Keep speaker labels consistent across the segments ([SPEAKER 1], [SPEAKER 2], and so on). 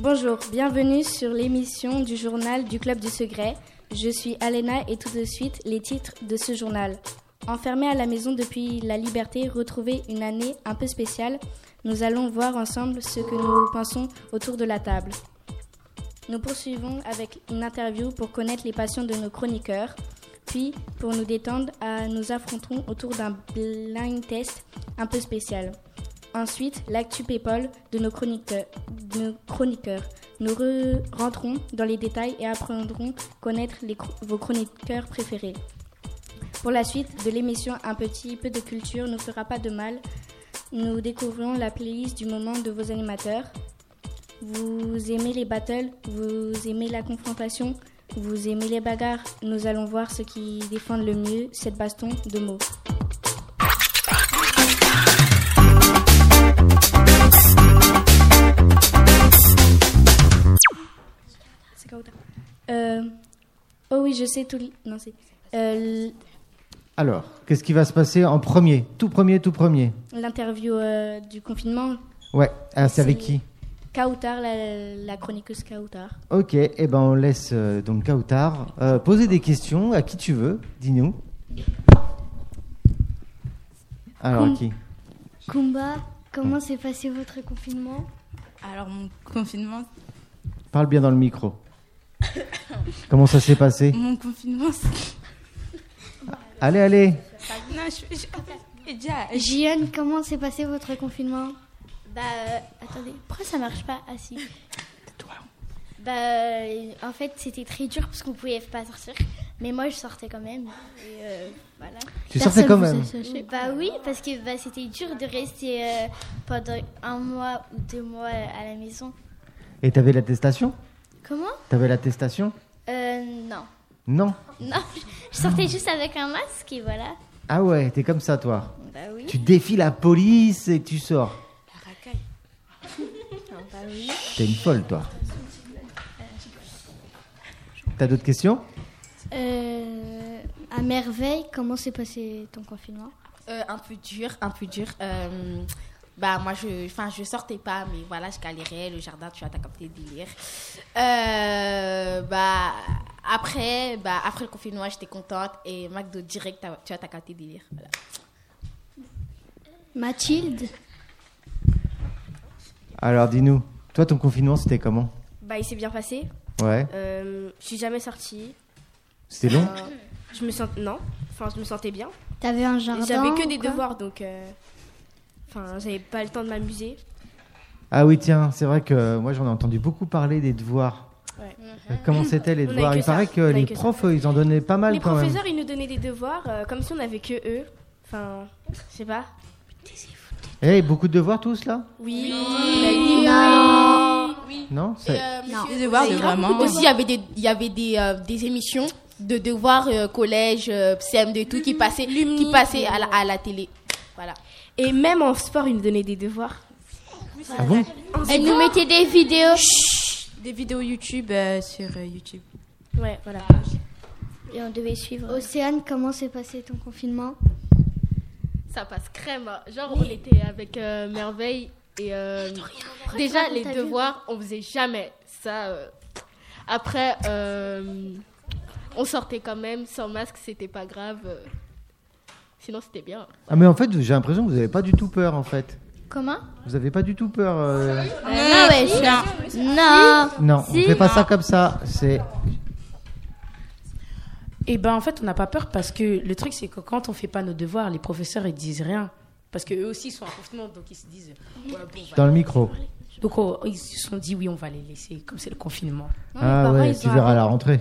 [SPEAKER 1] Bonjour, bienvenue sur l'émission du journal du Club du Secret. Je suis Alena et tout de suite les titres de ce journal. Enfermés à la maison depuis la liberté, retrouver une année un peu spéciale, nous allons voir ensemble ce que nous pensons autour de la table. Nous poursuivons avec une interview pour connaître les passions de nos chroniqueurs. Puis, pour nous détendre, à- nous affronterons autour d'un blind test un peu spécial. Ensuite, l'actu Paypal de nos chroniqueurs. de nos chroniqueurs. Nous re- rentrons dans les détails et apprendrons à connaître les cro- vos chroniqueurs préférés. Pour la suite de l'émission, un petit peu de culture ne fera pas de mal. Nous découvrons la playlist du moment de vos animateurs. Vous aimez les battles, vous aimez la confrontation, vous aimez les bagarres. Nous allons voir ceux qui défendent le mieux cette baston de mots. C'est Kauta. Euh, oh oui, je sais tout. le- Non, c'est. euh,
[SPEAKER 2] Alors, qu'est-ce qui va se passer en premier Tout premier, tout premier.
[SPEAKER 1] L'interview euh, du confinement.
[SPEAKER 2] Ouais, ah, c'est avec
[SPEAKER 1] C'est-
[SPEAKER 2] qui
[SPEAKER 1] Kautar, la, la chroniqueuse Kautar.
[SPEAKER 2] Ok, eh ben on laisse euh, donc Kautar euh, poser des questions à qui tu veux, dis-nous. Alors, à
[SPEAKER 3] Con-
[SPEAKER 2] qui
[SPEAKER 3] Kumba, comment s'est passé votre confinement
[SPEAKER 4] Alors mon confinement,
[SPEAKER 2] Parle bien dans le micro. Comment ça s'est passé
[SPEAKER 4] mon confinement, c'est-
[SPEAKER 2] Allez, allez
[SPEAKER 4] non, je suis je- déjà. je-
[SPEAKER 3] Jian, comment s'est passé votre confinement
[SPEAKER 5] Bah, euh, attendez, pourquoi ça marche pas Ah si. Bah, euh, en fait, c'était très dur parce qu'on pouvait pas sortir. Mais moi, je sortais quand même. Et, euh, voilà.
[SPEAKER 2] Tu sortais quand même.
[SPEAKER 5] Bah oui, parce que bah, c'était dur de rester euh, pendant un mois ou deux mois à la maison.
[SPEAKER 2] Et t'avais l'attestation
[SPEAKER 5] Comment
[SPEAKER 2] T'avais l'attestation
[SPEAKER 5] Euh, non.
[SPEAKER 2] Non
[SPEAKER 5] Non, je sortais juste avec un masque et voilà.
[SPEAKER 2] Ah ouais, t'es comme ça, toi.
[SPEAKER 5] Bah oui.
[SPEAKER 2] Tu défies la police et tu sors.
[SPEAKER 6] Ah, bah
[SPEAKER 2] T'es une folle, toi. T'as d'autres questions
[SPEAKER 3] Euh, À merveille, comment s'est passé ton confinement
[SPEAKER 7] Euh, un peu dur, un peu dur. Euh, bah moi je, enfin je sortais pas, mais voilà je galérais, le jardin tu as t'as capté le délire. Euh, bah après, bah après le confinement j'étais contente et McDo direct t'as- tu as t'as capté le délire. Voilà.
[SPEAKER 3] Mathilde,
[SPEAKER 2] Alors dis-nous, toi ton confinement c'était comment
[SPEAKER 6] Bah, il s'est bien passé.
[SPEAKER 2] Ouais,
[SPEAKER 6] Euh, je suis jamais sortie.
[SPEAKER 2] c'était long
[SPEAKER 6] Euh, je me sens non, enfin je me sentais bien.
[SPEAKER 3] t'avais un jardin
[SPEAKER 6] J'avais que
[SPEAKER 3] ou
[SPEAKER 6] des
[SPEAKER 3] quoi
[SPEAKER 6] devoirs donc euh, enfin j'avais pas le temps de m'amuser.
[SPEAKER 2] Ah oui tiens, c'est vrai que moi j'en ai entendu beaucoup parler des devoirs.
[SPEAKER 6] Ouais.
[SPEAKER 2] Euh, Comment c'était les
[SPEAKER 6] On a
[SPEAKER 2] devoirs
[SPEAKER 6] que
[SPEAKER 2] Il
[SPEAKER 6] ça.
[SPEAKER 2] paraît que
[SPEAKER 6] On a
[SPEAKER 2] les
[SPEAKER 6] que ça.
[SPEAKER 2] profs euh, ils en donnaient pas mal
[SPEAKER 6] Les
[SPEAKER 2] quand même.
[SPEAKER 6] professeurs ils nous donnaient des devoirs euh, comme si on avait que eux. Enfin, je sais pas.
[SPEAKER 2] Eh, beaucoup de devoirs tous là
[SPEAKER 6] Oui.
[SPEAKER 2] Non
[SPEAKER 7] Et,
[SPEAKER 2] C'est-
[SPEAKER 7] euh, monsieur-
[SPEAKER 4] Les devoirs,
[SPEAKER 7] et
[SPEAKER 4] c'est vraiment-
[SPEAKER 7] Aussi, il y avait des, il y avait des, euh, des émissions de devoirs euh, collège, euh, CM2 et tout qui passaient, qui passaient à, la, à la télé. Voilà.
[SPEAKER 6] Et même en sport ils nous donnaient des devoirs.
[SPEAKER 2] Ah bon
[SPEAKER 5] Elle nous mettait des vidéos.
[SPEAKER 4] Des vidéos YouTube euh, sur euh, YouTube.
[SPEAKER 6] Ouais, voilà.
[SPEAKER 5] Et on devait suivre.
[SPEAKER 3] Océane, comment s'est passé ton confinement
[SPEAKER 8] Ça passe crème. hein. Genre, on était avec euh, Merveille et euh, déjà
[SPEAKER 3] raconte
[SPEAKER 8] les
[SPEAKER 3] ta vie.
[SPEAKER 8] devoirs, on faisait jamais ça. euh. Après, euh, on sortait quand même sans masque, c'était pas grave. euh. Sinon, c'était bien.
[SPEAKER 2] Ah mais en fait j'ai l'impression que vous avez pas du tout peur en fait.
[SPEAKER 5] Comment
[SPEAKER 2] Vous avez pas du tout peur. euh,
[SPEAKER 3] Ah,
[SPEAKER 4] Non, ouais,
[SPEAKER 5] Non.
[SPEAKER 2] Non, on fait pas ça comme ça. C'est
[SPEAKER 9] Et ben en fait, on n'a pas peur parce que le truc c'est que quand on fait pas nos devoirs, les professeurs ils disent rien parce que eux aussi ils sont en confinement donc ils se disent ouais, bon, on va-
[SPEAKER 2] dans le micro.
[SPEAKER 9] donc oh, ils se sont dit oui, on va les laisser comme c'est le confinement.
[SPEAKER 1] Non, mes
[SPEAKER 2] Ah
[SPEAKER 1] parents,
[SPEAKER 2] ouais,
[SPEAKER 1] ils
[SPEAKER 2] tu
[SPEAKER 1] ont
[SPEAKER 2] verras à
[SPEAKER 1] appelé-
[SPEAKER 2] la rentrée.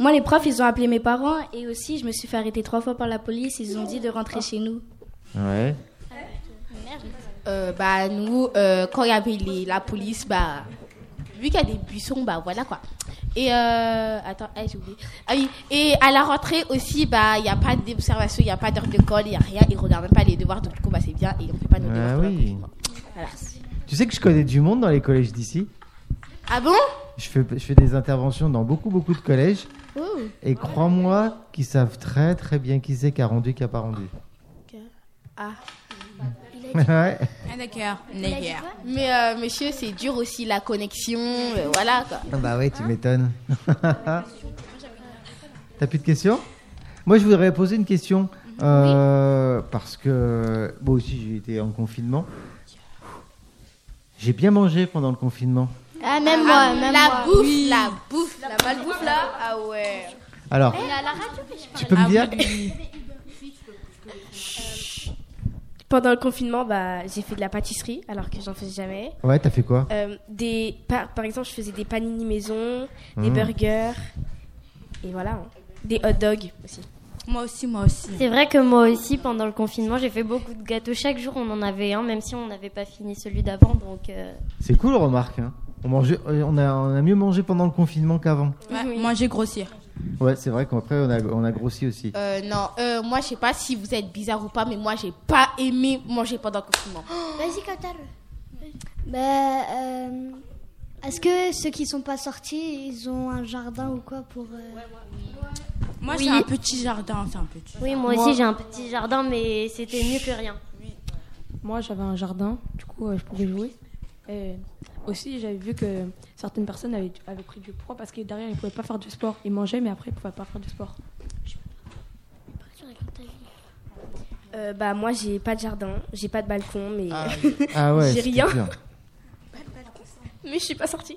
[SPEAKER 1] Moi, les profs, ils ont appelé mes parents et aussi, je me suis fait arrêter trois fois par la police. Ils ont dit de rentrer chez nous.
[SPEAKER 2] Ouais.
[SPEAKER 7] Euh, bah nous, euh, quand il y avait les- la police, bah vu qu'il y a des buissons, bah voilà quoi. Et euh, attends, eh, j'ai oublié. Ah oui. Et à la rentrée aussi, bah il n'y a pas d'observation, il n'y a pas d'heure de colle, il n'y a rien, ils regardent même pas les devoirs, donc du coup bah c'est bien et on fait pas nos
[SPEAKER 2] Ah
[SPEAKER 7] devoirs. pendant le
[SPEAKER 2] oui.
[SPEAKER 7] confinement. Voilà.
[SPEAKER 2] Tu sais que je connais du monde dans les collèges d'ici.
[SPEAKER 7] Ah bon
[SPEAKER 2] Je fais, je fais des interventions dans beaucoup, beaucoup de collèges.
[SPEAKER 1] Oh.
[SPEAKER 2] Et crois-moi
[SPEAKER 1] Ah.
[SPEAKER 2] qu'ils savent très, très bien qui c'est qui a rendu, qui a pas rendu.
[SPEAKER 5] Il a
[SPEAKER 2] Ouais.
[SPEAKER 4] Ah, D'accord,
[SPEAKER 5] dit
[SPEAKER 4] Neyer.
[SPEAKER 5] quoi
[SPEAKER 7] Mais euh, monsieur, c'est dur aussi la connexion, euh, voilà quoi.
[SPEAKER 2] Ah Bah ouais, tu m'étonnes. T'as plus de questions Moi, je voudrais poser une question.
[SPEAKER 5] Mhm.
[SPEAKER 2] euh, Parce que moi aussi, j'ai été en confinement. J'ai bien mangé pendant le confinement.
[SPEAKER 5] Ah, même moi, même
[SPEAKER 7] la
[SPEAKER 5] moi.
[SPEAKER 7] bouffe, la bouffe, la malbouffe là. Ah ouais.
[SPEAKER 2] Alors,
[SPEAKER 5] La, la radio que je Ah
[SPEAKER 2] tu peux me dire
[SPEAKER 6] Pendant le confinement, bah, j'ai fait de la pâtisserie alors que j'en faisais jamais.
[SPEAKER 2] Ouais, t'as fait quoi
[SPEAKER 6] Euh, des, par, par exemple, je faisais des panini maison, des
[SPEAKER 2] Mm.
[SPEAKER 6] burgers, et voilà, hein. des hot dogs aussi.
[SPEAKER 4] Moi aussi, moi aussi.
[SPEAKER 10] C'est vrai que moi aussi, pendant le confinement, j'ai fait beaucoup de gâteaux. Chaque jour, on en avait un, même si on n'avait pas fini celui d'avant. Donc, euh,
[SPEAKER 2] C'est cool, remarque. hein. On, mangeait, euh, on, a, on a mieux mangé pendant le confinement qu'avant.
[SPEAKER 4] Ouais, Manger, grossir.
[SPEAKER 2] Ouais, c'est vrai qu'après, on a, on a grossi aussi.
[SPEAKER 7] Euh, non, euh, moi je sais pas si vous êtes bizarre ou pas, mais moi j'ai pas aimé manger pendant le confinement.
[SPEAKER 3] Vas-y, Qatar. euh,
[SPEAKER 5] Bah,
[SPEAKER 3] Est-ce que ceux qui sont pas sortis, ils ont un jardin ou quoi pour... euh,
[SPEAKER 4] Moi, j'ai un petit jardin. C'est un petit.
[SPEAKER 10] oui, moi aussi, j'ai un petit jardin, mais c'était mieux que rien.
[SPEAKER 11] Moi, j'avais un jardin, du coup, euh, je pouvais jouer. Et aussi, j'avais vu que certaines personnes avaient, avaient pris du poids parce que derrière, ils ne pouvaient pas faire du sport. Ils mangeaient, mais après, ils ne pouvaient pas faire du sport.
[SPEAKER 6] Euh, bah, moi, j'ai pas de jardin, j'ai pas de balcon, mais,
[SPEAKER 2] Ah ouais.
[SPEAKER 6] J'ai
[SPEAKER 2] c'était
[SPEAKER 6] rien.
[SPEAKER 2] bien.
[SPEAKER 6] mais je suis pas sortie.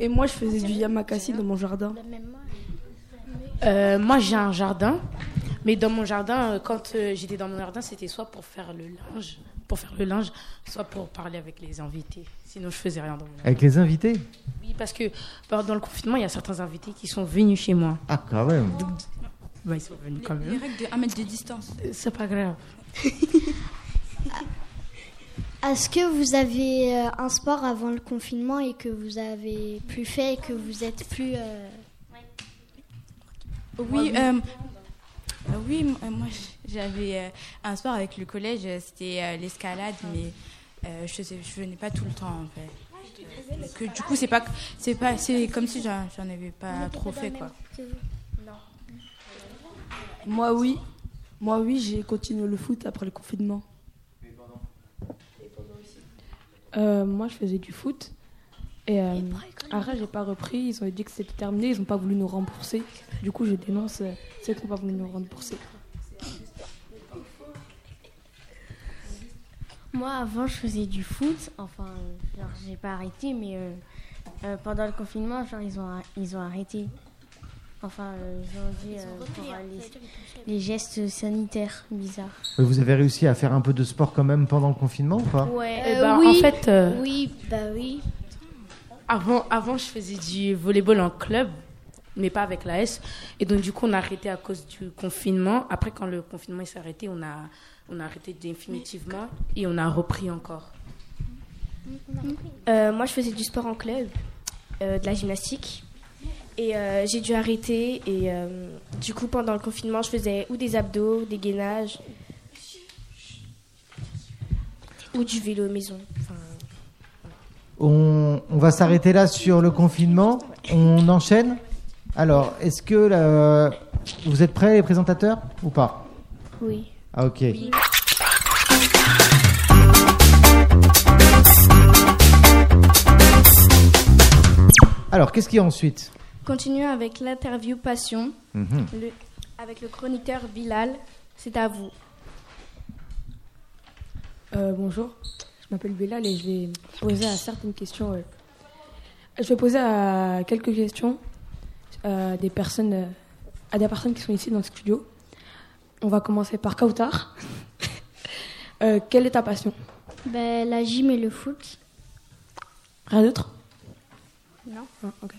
[SPEAKER 11] Et moi, je faisais du yamakasi dans mon jardin.
[SPEAKER 9] Euh, moi, j'ai un jardin. Mais dans mon jardin, euh, quand euh, j'étais dans mon jardin, c'était soit pour faire le linge, pour faire le linge, soit pour parler avec les invités. Sinon, je faisais rien dans mon jardin.
[SPEAKER 2] Avec les invités
[SPEAKER 9] Oui, parce que pendant le confinement, il y a certains invités qui sont venus chez moi.
[SPEAKER 2] Ah, quand même.
[SPEAKER 9] Bah, ils sont venus quand
[SPEAKER 4] Les
[SPEAKER 9] même.
[SPEAKER 4] règles de 1 mètre de distance.
[SPEAKER 9] Euh, C'est pas grave.
[SPEAKER 3] Est-ce que vous avez euh, un sport avant le confinement et que vous avez plus fait et que vous êtes plus... euh,
[SPEAKER 4] Oui, euh, euh, oui m- euh, moi j- j'avais euh, un sport avec le collège, euh, c'était euh, l'escalade, mais euh, je, sais- je venais pas tout le temps en fait. Que, du coup, c'est pas, c'est pas, c'est comme si j'en j'en avais pas trop fait quoi.
[SPEAKER 11] Moi, oui. Moi, oui, j'ai continué le foot après le confinement. Euh, moi, je faisais du foot. Et euh, après, j'ai pas repris. Ils ont dit que c'était terminé. Ils ont pas voulu nous rembourser. Du coup, je dénonce euh, ceux qui n'ont pas voulu nous rembourser.
[SPEAKER 10] Moi, avant, je faisais du foot. Enfin, euh, genre, j'ai pas arrêté, mais euh, euh, pendant le confinement, genre, ils ont, ils ont arrêté. Enfin, euh, ils ont dit euh,
[SPEAKER 5] hein.
[SPEAKER 10] pour, euh, les, les gestes sanitaires bizarres.
[SPEAKER 2] Mais Vous avez réussi à faire un peu de sport quand même pendant le confinement ou pas
[SPEAKER 10] Ouais.
[SPEAKER 9] Eh ben,
[SPEAKER 5] oui.
[SPEAKER 9] En fait, euh,
[SPEAKER 5] Oui, bah oui.
[SPEAKER 9] Avant, avant, je faisais du volleyball en club, mais pas avec la S. Et donc, du coup, on a arrêté à cause du confinement. Après, quand le confinement s'est arrêté, on a, on a arrêté définitivement et on a repris encore.
[SPEAKER 6] Euh, moi, je faisais du sport en club, euh, de la gymnastique. Et euh, j'ai dû arrêter. Et euh, du coup, pendant le confinement, je faisais ou des abdos, des gainages, ou du vélo maison. Enfin,
[SPEAKER 2] On, on va s'arrêter là sur le confinement. On enchaîne. Alors, est-ce que la- vous êtes prêts, les présentateurs, ou pas
[SPEAKER 6] oui.
[SPEAKER 2] Ah, ok. Alors, qu'est-ce qu'il y a ensuite
[SPEAKER 1] Continuons avec l'interview passion
[SPEAKER 2] Mhm.
[SPEAKER 1] le- avec le chroniqueur Bilal. C'est à vous.
[SPEAKER 11] Euh, bonjour, je m'appelle Bellal et je vais poser à certaines questions. euh, Je vais poser à quelques questions à des personnes, euh, à des personnes qui sont ici dans le studio. On va commencer par Kautar. Euh, quelle est ta passion
[SPEAKER 3] bah, la gym et le foot.
[SPEAKER 5] Ah,
[SPEAKER 11] Rien d'autre
[SPEAKER 3] Non.
[SPEAKER 11] Ah, ok.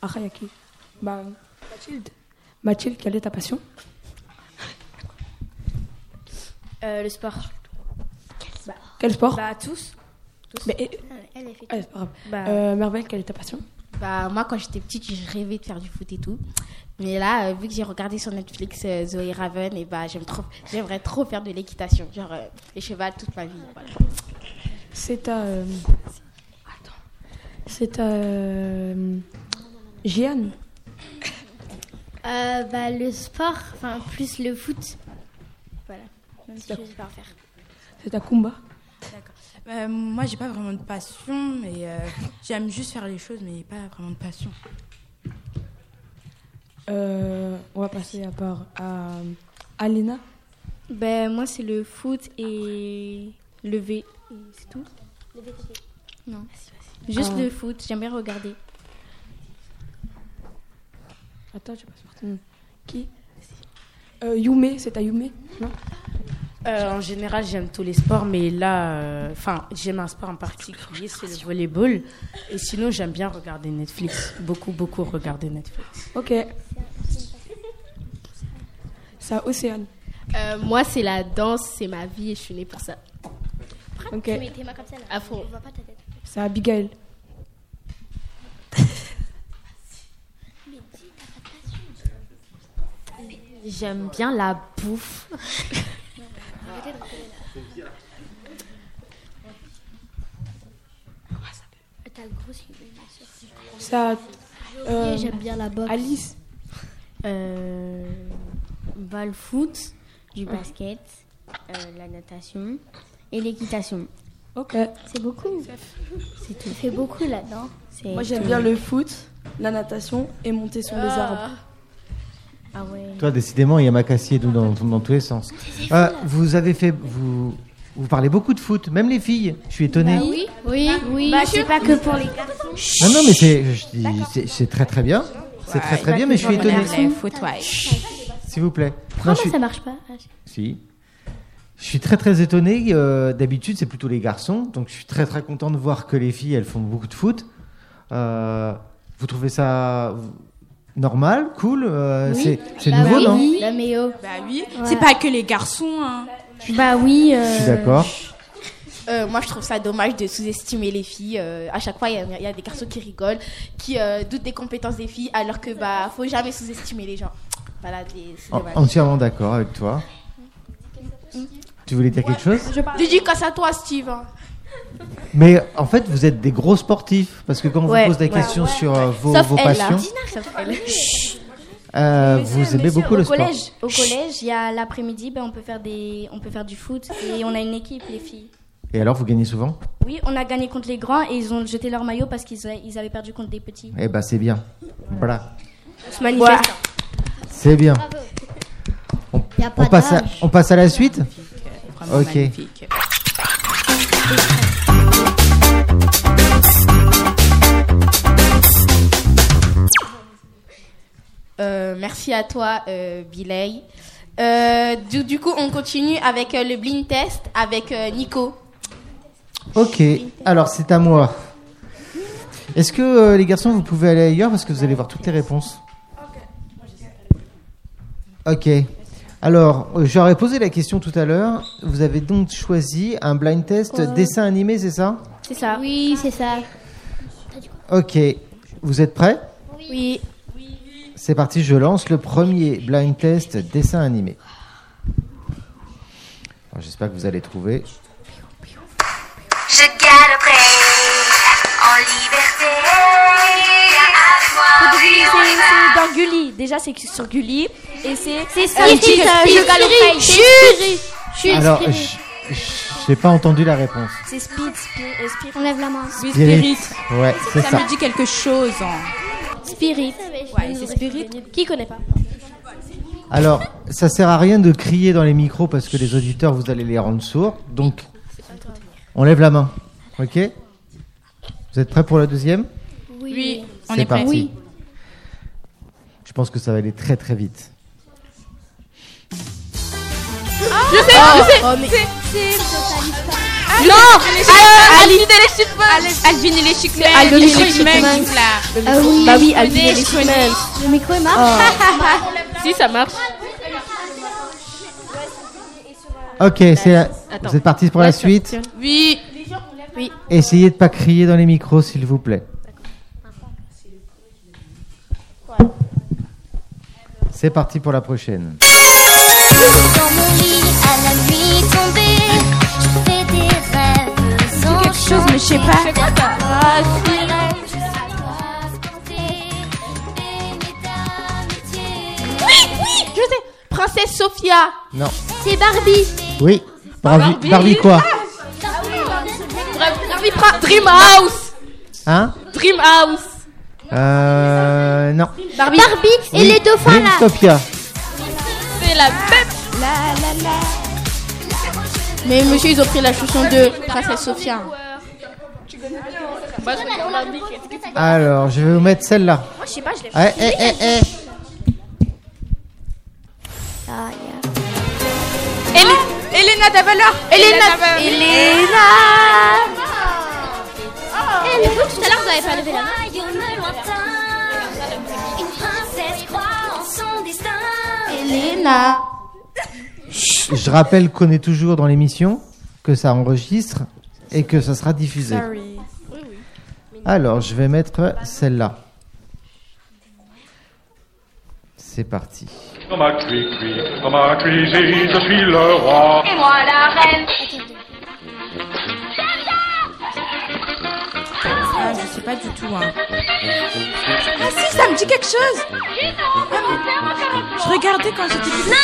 [SPEAKER 11] Après, il y a qui Bah, Mathilde. Mathilde, quelle est ta passion
[SPEAKER 6] Euh, le sport.
[SPEAKER 11] Quel sport
[SPEAKER 6] Bah, tous.
[SPEAKER 11] Mais, eh,
[SPEAKER 5] elle a fait.
[SPEAKER 11] ouais, c'est pas grave.
[SPEAKER 6] Bah,
[SPEAKER 11] Euh, Merveille, quelle est ta passion
[SPEAKER 7] Bah, moi, quand j'étais petite, je rêvais de faire du foot et tout. Mais là, euh, vu que j'ai regardé sur Netflix euh, Zoé Raven, et bah, j'aime trop, j'aimerais trop faire de l'équitation, genre euh, les chevals toute ma vie. voilà.
[SPEAKER 11] C'est ta. euh, Attends. C'est ta. euh, Jeanne.
[SPEAKER 5] Euh, bah, le sport, enfin, plus le foot. Voilà. Même si je sais pas en faire.
[SPEAKER 11] C'est à Kumba.
[SPEAKER 4] Euh, moi, j'ai pas vraiment de passion, mais euh, j'aime juste faire les choses, mais pas vraiment de passion.
[SPEAKER 11] Euh, on va passer à part à euh, Alena.
[SPEAKER 1] Ben, moi, c'est le foot et le V. et C'est tout Non. Juste
[SPEAKER 11] Ah.
[SPEAKER 1] le foot, j'aime bien regarder.
[SPEAKER 11] Attends, je passe par ton- Qui Euh, Yume, c'est à Yume Non
[SPEAKER 9] Euh, en général, j'aime tous les sports, mais là, euh, enfin, j'aime un sport en particulier, c'est le volleyball. Et sinon, j'aime bien regarder Netflix. Beaucoup, beaucoup regarder Netflix.
[SPEAKER 11] Ok. C'est à Océane.
[SPEAKER 8] Euh, moi, c'est la danse, c'est ma vie et je suis née pour ça.
[SPEAKER 11] Ok.
[SPEAKER 5] Tu mets tes mains comme ça là.
[SPEAKER 8] À fond.
[SPEAKER 5] On voit pas ta tête.
[SPEAKER 11] C'est à Abigail.
[SPEAKER 12] J'aime bien la bouffe.
[SPEAKER 5] T'as le gros sujet, bien sûr.
[SPEAKER 11] C'est à.
[SPEAKER 5] Euh, j'aime bien la boxe.
[SPEAKER 11] Alice.
[SPEAKER 10] Euh, bah, le foot, du
[SPEAKER 11] Ouais.
[SPEAKER 10] basket, euh, la natation et l'équitation.
[SPEAKER 11] Ok.
[SPEAKER 10] C'est beaucoup. C'est tout. fait beaucoup là-dedans.
[SPEAKER 11] Moi, j'aime bien le foot, la natation et monter sur les arbres.
[SPEAKER 10] Ah ouais.
[SPEAKER 2] Toi, décidément, il y a ma cassier dans, dans, dans tous les sens. Euh, vous avez fait. Vous, vous parlez beaucoup de foot, même les filles. Je suis étonné.
[SPEAKER 5] Bah oui, oui, oui.
[SPEAKER 10] Bah, c'est pas que pour les
[SPEAKER 5] garçons.
[SPEAKER 2] Ah Non, non, mais c'est, je dis- c'est, c'est très très bien. C'est très très bien, mais je suis étonné. S'il vous plaît. Non,
[SPEAKER 5] Comment
[SPEAKER 2] je suis-
[SPEAKER 5] ça marche pas
[SPEAKER 2] Si. Je suis très très étonné. euh, d'habitude, c'est plutôt les garçons. Donc, je suis très très content de voir que les filles, elles font beaucoup de foot. Euh, vous trouvez ça normal, cool euh,
[SPEAKER 4] Oui.
[SPEAKER 2] C'est, c'est
[SPEAKER 4] Bah
[SPEAKER 2] nouveau,
[SPEAKER 4] oui.
[SPEAKER 2] non
[SPEAKER 4] La
[SPEAKER 5] méo.
[SPEAKER 4] Bah oui,
[SPEAKER 7] Ouais.
[SPEAKER 4] c'est pas que les garçons. Hein.
[SPEAKER 5] Bah oui.
[SPEAKER 2] Je suis d'accord.
[SPEAKER 7] Euh, moi, je trouve ça dommage de sous-estimer les filles. Euh, à chaque fois, il y a- il y, a des garçons qui rigolent, qui euh, doutent des compétences des filles, alors que bah, faut jamais sous-estimer les gens. Voilà, des- c'est
[SPEAKER 2] En-
[SPEAKER 7] dommage.
[SPEAKER 2] entièrement d'accord avec toi. Tu voulais dire quelque chose
[SPEAKER 7] Je parle- Dédicace à toi, Steve.
[SPEAKER 2] Mais en fait, vous êtes des gros sportifs parce que quand on
[SPEAKER 7] Ouais,
[SPEAKER 2] vous pose des
[SPEAKER 7] ouais.
[SPEAKER 2] questions
[SPEAKER 7] Ouais.
[SPEAKER 2] sur euh, vos,
[SPEAKER 7] Sauf
[SPEAKER 2] vos
[SPEAKER 7] elle, là.
[SPEAKER 2] passions,
[SPEAKER 7] Sauf elle.
[SPEAKER 2] euh, vous aimez
[SPEAKER 1] Monsieur,
[SPEAKER 2] beaucoup
[SPEAKER 1] au
[SPEAKER 2] le
[SPEAKER 1] collège,
[SPEAKER 2] sport.
[SPEAKER 1] Au collège, il y a l'après-midi, ben, on, peut faire des... on peut faire du foot et on a une équipe, les filles.
[SPEAKER 2] Et alors, vous gagnez souvent
[SPEAKER 1] Oui, on a gagné contre les grands et ils ont jeté leur maillot parce qu'ils a- ils avaient perdu contre des petits.
[SPEAKER 2] Eh ben, c'est bien. Voilà,
[SPEAKER 1] On se manifeste.
[SPEAKER 2] c'est bien. On,
[SPEAKER 1] Y a pas
[SPEAKER 2] on passe à,
[SPEAKER 1] d'âge.
[SPEAKER 2] on passe à la suite
[SPEAKER 4] Vraiment
[SPEAKER 2] Ok.
[SPEAKER 4] magnifique.
[SPEAKER 7] Euh, merci à toi, euh, Bilay. Euh, du, du coup, on continue avec euh, le blind test avec euh, Nico.
[SPEAKER 2] Ok, alors c'est à moi. Est-ce que euh, les garçons, vous pouvez aller ailleurs parce que vous allez voir toutes les réponses Ok. Alors, euh, j'aurais posé la question tout à l'heure. Vous avez donc choisi un blind test
[SPEAKER 5] Ouais.
[SPEAKER 2] dessin animé, c'est ça
[SPEAKER 5] C'est ça. Oui, c'est ça.
[SPEAKER 2] Ok. Vous êtes prêts
[SPEAKER 5] Oui.
[SPEAKER 2] C'est parti, je lance le premier blind test dessin animé. Alors, J'espère que vous allez trouver.
[SPEAKER 13] Je galoperai en liberté.
[SPEAKER 1] Faut oublier, C'est c'est dans Gulli. Déjà, c'est sur Gulli. Et c'est. C'est
[SPEAKER 5] ça, Spirit, Spirit, Spirit, Spirit.
[SPEAKER 1] Chut
[SPEAKER 2] Alors, je- je n'ai pas entendu la réponse.
[SPEAKER 1] C'est Speed, Spirit,
[SPEAKER 5] On lève la main.
[SPEAKER 4] Oui,
[SPEAKER 2] Spirit.
[SPEAKER 4] spirit.
[SPEAKER 2] Ouais, c'est ça.
[SPEAKER 4] me dit quelque chose. hein.
[SPEAKER 1] Spirit.
[SPEAKER 4] Ouais, c'est spirit.
[SPEAKER 1] Qui connaît pas
[SPEAKER 2] Alors, ça sert à rien de crier dans les micros parce que les auditeurs, vous allez les rendre sourds. Donc, on lève la main. Ok Vous êtes prêts pour la deuxième
[SPEAKER 5] Oui.
[SPEAKER 4] on
[SPEAKER 2] C'est
[SPEAKER 4] est prêt.
[SPEAKER 2] parti. Je pense que ça va aller très très vite.
[SPEAKER 5] Je sais,
[SPEAKER 7] Oh,
[SPEAKER 5] je sais.
[SPEAKER 7] oh, mais-
[SPEAKER 5] c'est- c'est-
[SPEAKER 7] Non
[SPEAKER 5] Ah,
[SPEAKER 7] Alvin
[SPEAKER 5] Alvin
[SPEAKER 7] et les Chipmunks Alvin et les Chipmunks
[SPEAKER 5] Alvin et les Chipmunks. Ah oui. Bah oui, Alvin
[SPEAKER 7] et
[SPEAKER 5] et les Chipmunks.
[SPEAKER 7] Le micro est
[SPEAKER 2] Euh,
[SPEAKER 5] marche.
[SPEAKER 8] si, ça marche.
[SPEAKER 2] Ok, c'est la-
[SPEAKER 8] Attends.
[SPEAKER 2] vous êtes partis pour la
[SPEAKER 8] Ouais, ça
[SPEAKER 2] suite.
[SPEAKER 8] fonctionne.
[SPEAKER 7] Oui.
[SPEAKER 8] Oui.
[SPEAKER 2] Essayez de pas crier dans les micros, s'il vous plaît. C'est parti pour la prochaine.
[SPEAKER 13] Dans mon lit, à la nuit tombée, je fais des rêves
[SPEAKER 5] quelque chose, mais je sais pas.
[SPEAKER 13] enchantés.
[SPEAKER 5] Ah, si.
[SPEAKER 13] Je suis à toi spontanée, baignée d'amitié.
[SPEAKER 7] Oui, oui, je sais. Princesse Sophia.
[SPEAKER 2] Non.
[SPEAKER 7] C'est Barbie.
[SPEAKER 2] Oui, Barbie, Barbie quoi
[SPEAKER 8] Ah, Barbie Pra- Dream House
[SPEAKER 2] Hein
[SPEAKER 8] Dream House
[SPEAKER 2] Euh. Non.
[SPEAKER 8] Barbie,
[SPEAKER 2] Oui, Dreamtopia.
[SPEAKER 8] C'est la même
[SPEAKER 7] Mais monsieur, ils ont pris la chanson de Princesse Sophia.
[SPEAKER 8] Moi, je regarde Barbie.
[SPEAKER 2] Alors, je vais vous mettre celle-là.
[SPEAKER 8] Moi, je sais pas, je l'ai
[SPEAKER 2] Eh,
[SPEAKER 8] fait.
[SPEAKER 2] eh, eh, eh.
[SPEAKER 3] Ah, yeah.
[SPEAKER 4] Ele-
[SPEAKER 13] Ah.
[SPEAKER 4] Elena Davala
[SPEAKER 8] Elena-
[SPEAKER 4] Davala.
[SPEAKER 13] Eh, mais vous, tout à l'heure, vous avez pas levé la main. Une princesse croit en son destin.
[SPEAKER 7] Elena.
[SPEAKER 2] Je rappelle qu'on est toujours dans l'émission, que ça enregistre et que ça sera diffusé. Alors, je vais mettre celle-là. C'est parti.
[SPEAKER 14] Dans ma cri-cri, dans ma cuisine, je suis le roi.
[SPEAKER 13] Et moi, la reine.
[SPEAKER 4] Ah, je sais pas du tout. Hein.
[SPEAKER 13] Ah
[SPEAKER 4] Ah si, ça me dit quelque chose. Je regardais quand j'étais petite.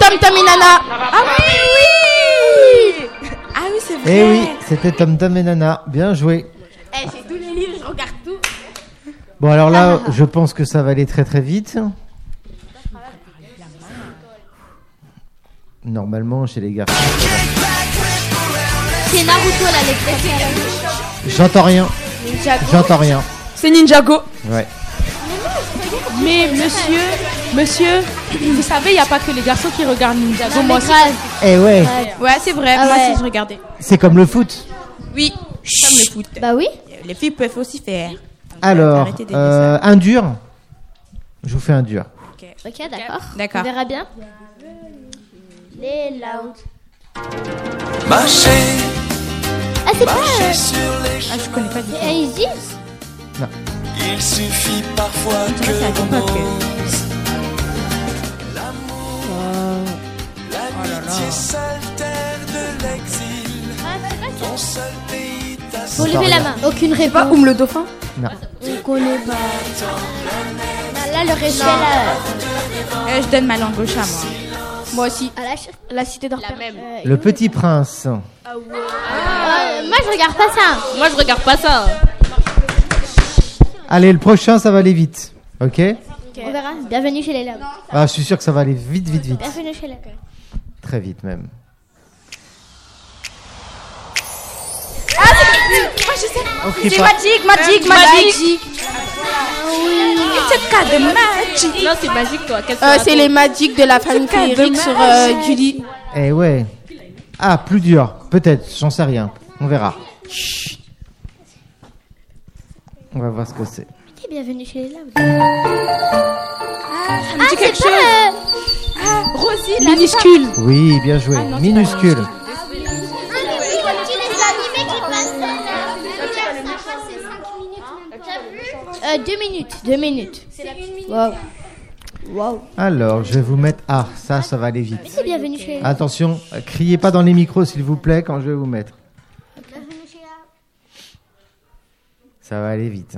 [SPEAKER 7] Tom Tom et Nana.
[SPEAKER 4] Ah oui, oui. Ah oui, c'est vrai.
[SPEAKER 2] Eh oui, c'était Tom Tom et Nana. Bien joué.
[SPEAKER 7] Eh, j'ai tous les livres, je regarde tout. Ah,
[SPEAKER 2] Bon, alors là, je pense que ça va aller très très vite. Normalement, chez les garçons.
[SPEAKER 5] C'est Naruto là, les préférés.
[SPEAKER 2] J'entends rien. J'entends rien.
[SPEAKER 6] C'est Ninjago.
[SPEAKER 2] Ouais.
[SPEAKER 15] Mais monsieur, monsieur, vous savez, il n'y a pas que les garçons qui regardent Ninjago.
[SPEAKER 4] Non,
[SPEAKER 15] Moi
[SPEAKER 4] mais
[SPEAKER 15] aussi.
[SPEAKER 4] grave.
[SPEAKER 2] Eh ouais,
[SPEAKER 4] Ouais, c'est vrai.
[SPEAKER 15] Ah
[SPEAKER 4] Moi
[SPEAKER 15] ouais.
[SPEAKER 4] aussi, je regardais.
[SPEAKER 2] c'est comme le foot.
[SPEAKER 4] Oui. Comme le foot.
[SPEAKER 3] Bah oui.
[SPEAKER 4] Les filles peuvent aussi faire.
[SPEAKER 2] Alors,
[SPEAKER 4] Arrêtez des
[SPEAKER 2] euh, un dur. Je vous fais un dur.
[SPEAKER 5] Ok, d'accord.
[SPEAKER 4] D'accord.
[SPEAKER 5] On verra bien. Les loud.
[SPEAKER 13] Marcher.
[SPEAKER 5] Ah, c'est pas.
[SPEAKER 13] Marcher
[SPEAKER 5] euh,
[SPEAKER 13] sur les
[SPEAKER 4] Ah, je connais pas du tout.
[SPEAKER 5] Et ils
[SPEAKER 13] Il suffit parfois
[SPEAKER 4] Ah,
[SPEAKER 13] que l'on ose.
[SPEAKER 4] Oh
[SPEAKER 13] L'amitié s'altère de l'exil.
[SPEAKER 5] Ah,
[SPEAKER 13] Ton seul pays t'a
[SPEAKER 5] Faut lever la main. Aucune réponse.
[SPEAKER 11] Pas Oum le dauphin
[SPEAKER 2] Non.
[SPEAKER 5] On connaît pas. Ah, Là, le respect là.
[SPEAKER 4] Euh, je donne ma langue au chat, moi.
[SPEAKER 5] Moi aussi. À la, ch- la cité d'or. La même.
[SPEAKER 2] Le petit prince.
[SPEAKER 5] Euh, moi, je regarde pas ça.
[SPEAKER 8] Moi, je regarde pas ça.
[SPEAKER 2] Allez, le prochain, ça va aller vite. Ok
[SPEAKER 5] On verra. Bienvenue chez les loud.
[SPEAKER 2] Ah, je suis sûr que ça va aller vite, vite, vite.
[SPEAKER 5] Bienvenue chez les loud.
[SPEAKER 2] Très vite même. Ah,
[SPEAKER 4] Moi, je sais.
[SPEAKER 2] Ok,
[SPEAKER 4] C'est
[SPEAKER 2] pas-
[SPEAKER 4] magique, magique,
[SPEAKER 8] Euh,
[SPEAKER 4] magique. C'est cas de magique.
[SPEAKER 8] Non, c'est magique, toi. Qu'est-ce que
[SPEAKER 7] Euh,
[SPEAKER 8] tu
[SPEAKER 7] c'est
[SPEAKER 8] racontes
[SPEAKER 7] les magiques de la famille
[SPEAKER 8] C'est
[SPEAKER 7] Eric
[SPEAKER 8] dommage.
[SPEAKER 7] sur euh, Julie.
[SPEAKER 2] Eh ouais. Ah, plus dur. Peut-être, j'en sais rien. On verra. On va voir ce que c'est.
[SPEAKER 5] Ok, bienvenue chez les loud.
[SPEAKER 4] Ah, ça me
[SPEAKER 5] Ah,
[SPEAKER 4] dit
[SPEAKER 5] c'est
[SPEAKER 4] quelque
[SPEAKER 5] pas,
[SPEAKER 4] chose. Ah, Rosie, la
[SPEAKER 2] Oui, bien joué. Minuscule.
[SPEAKER 5] Euh, deux minutes, deux minutes. Wow. Wow.
[SPEAKER 2] Alors, je vais vous mettre. Ah, ça, ça va aller
[SPEAKER 5] Mais
[SPEAKER 2] vite.
[SPEAKER 5] c'est bienvenue chez.
[SPEAKER 2] Attention, euh, criez pas dans les micros, s'il vous plaît, quand je vais vous mettre. Ça va aller vite.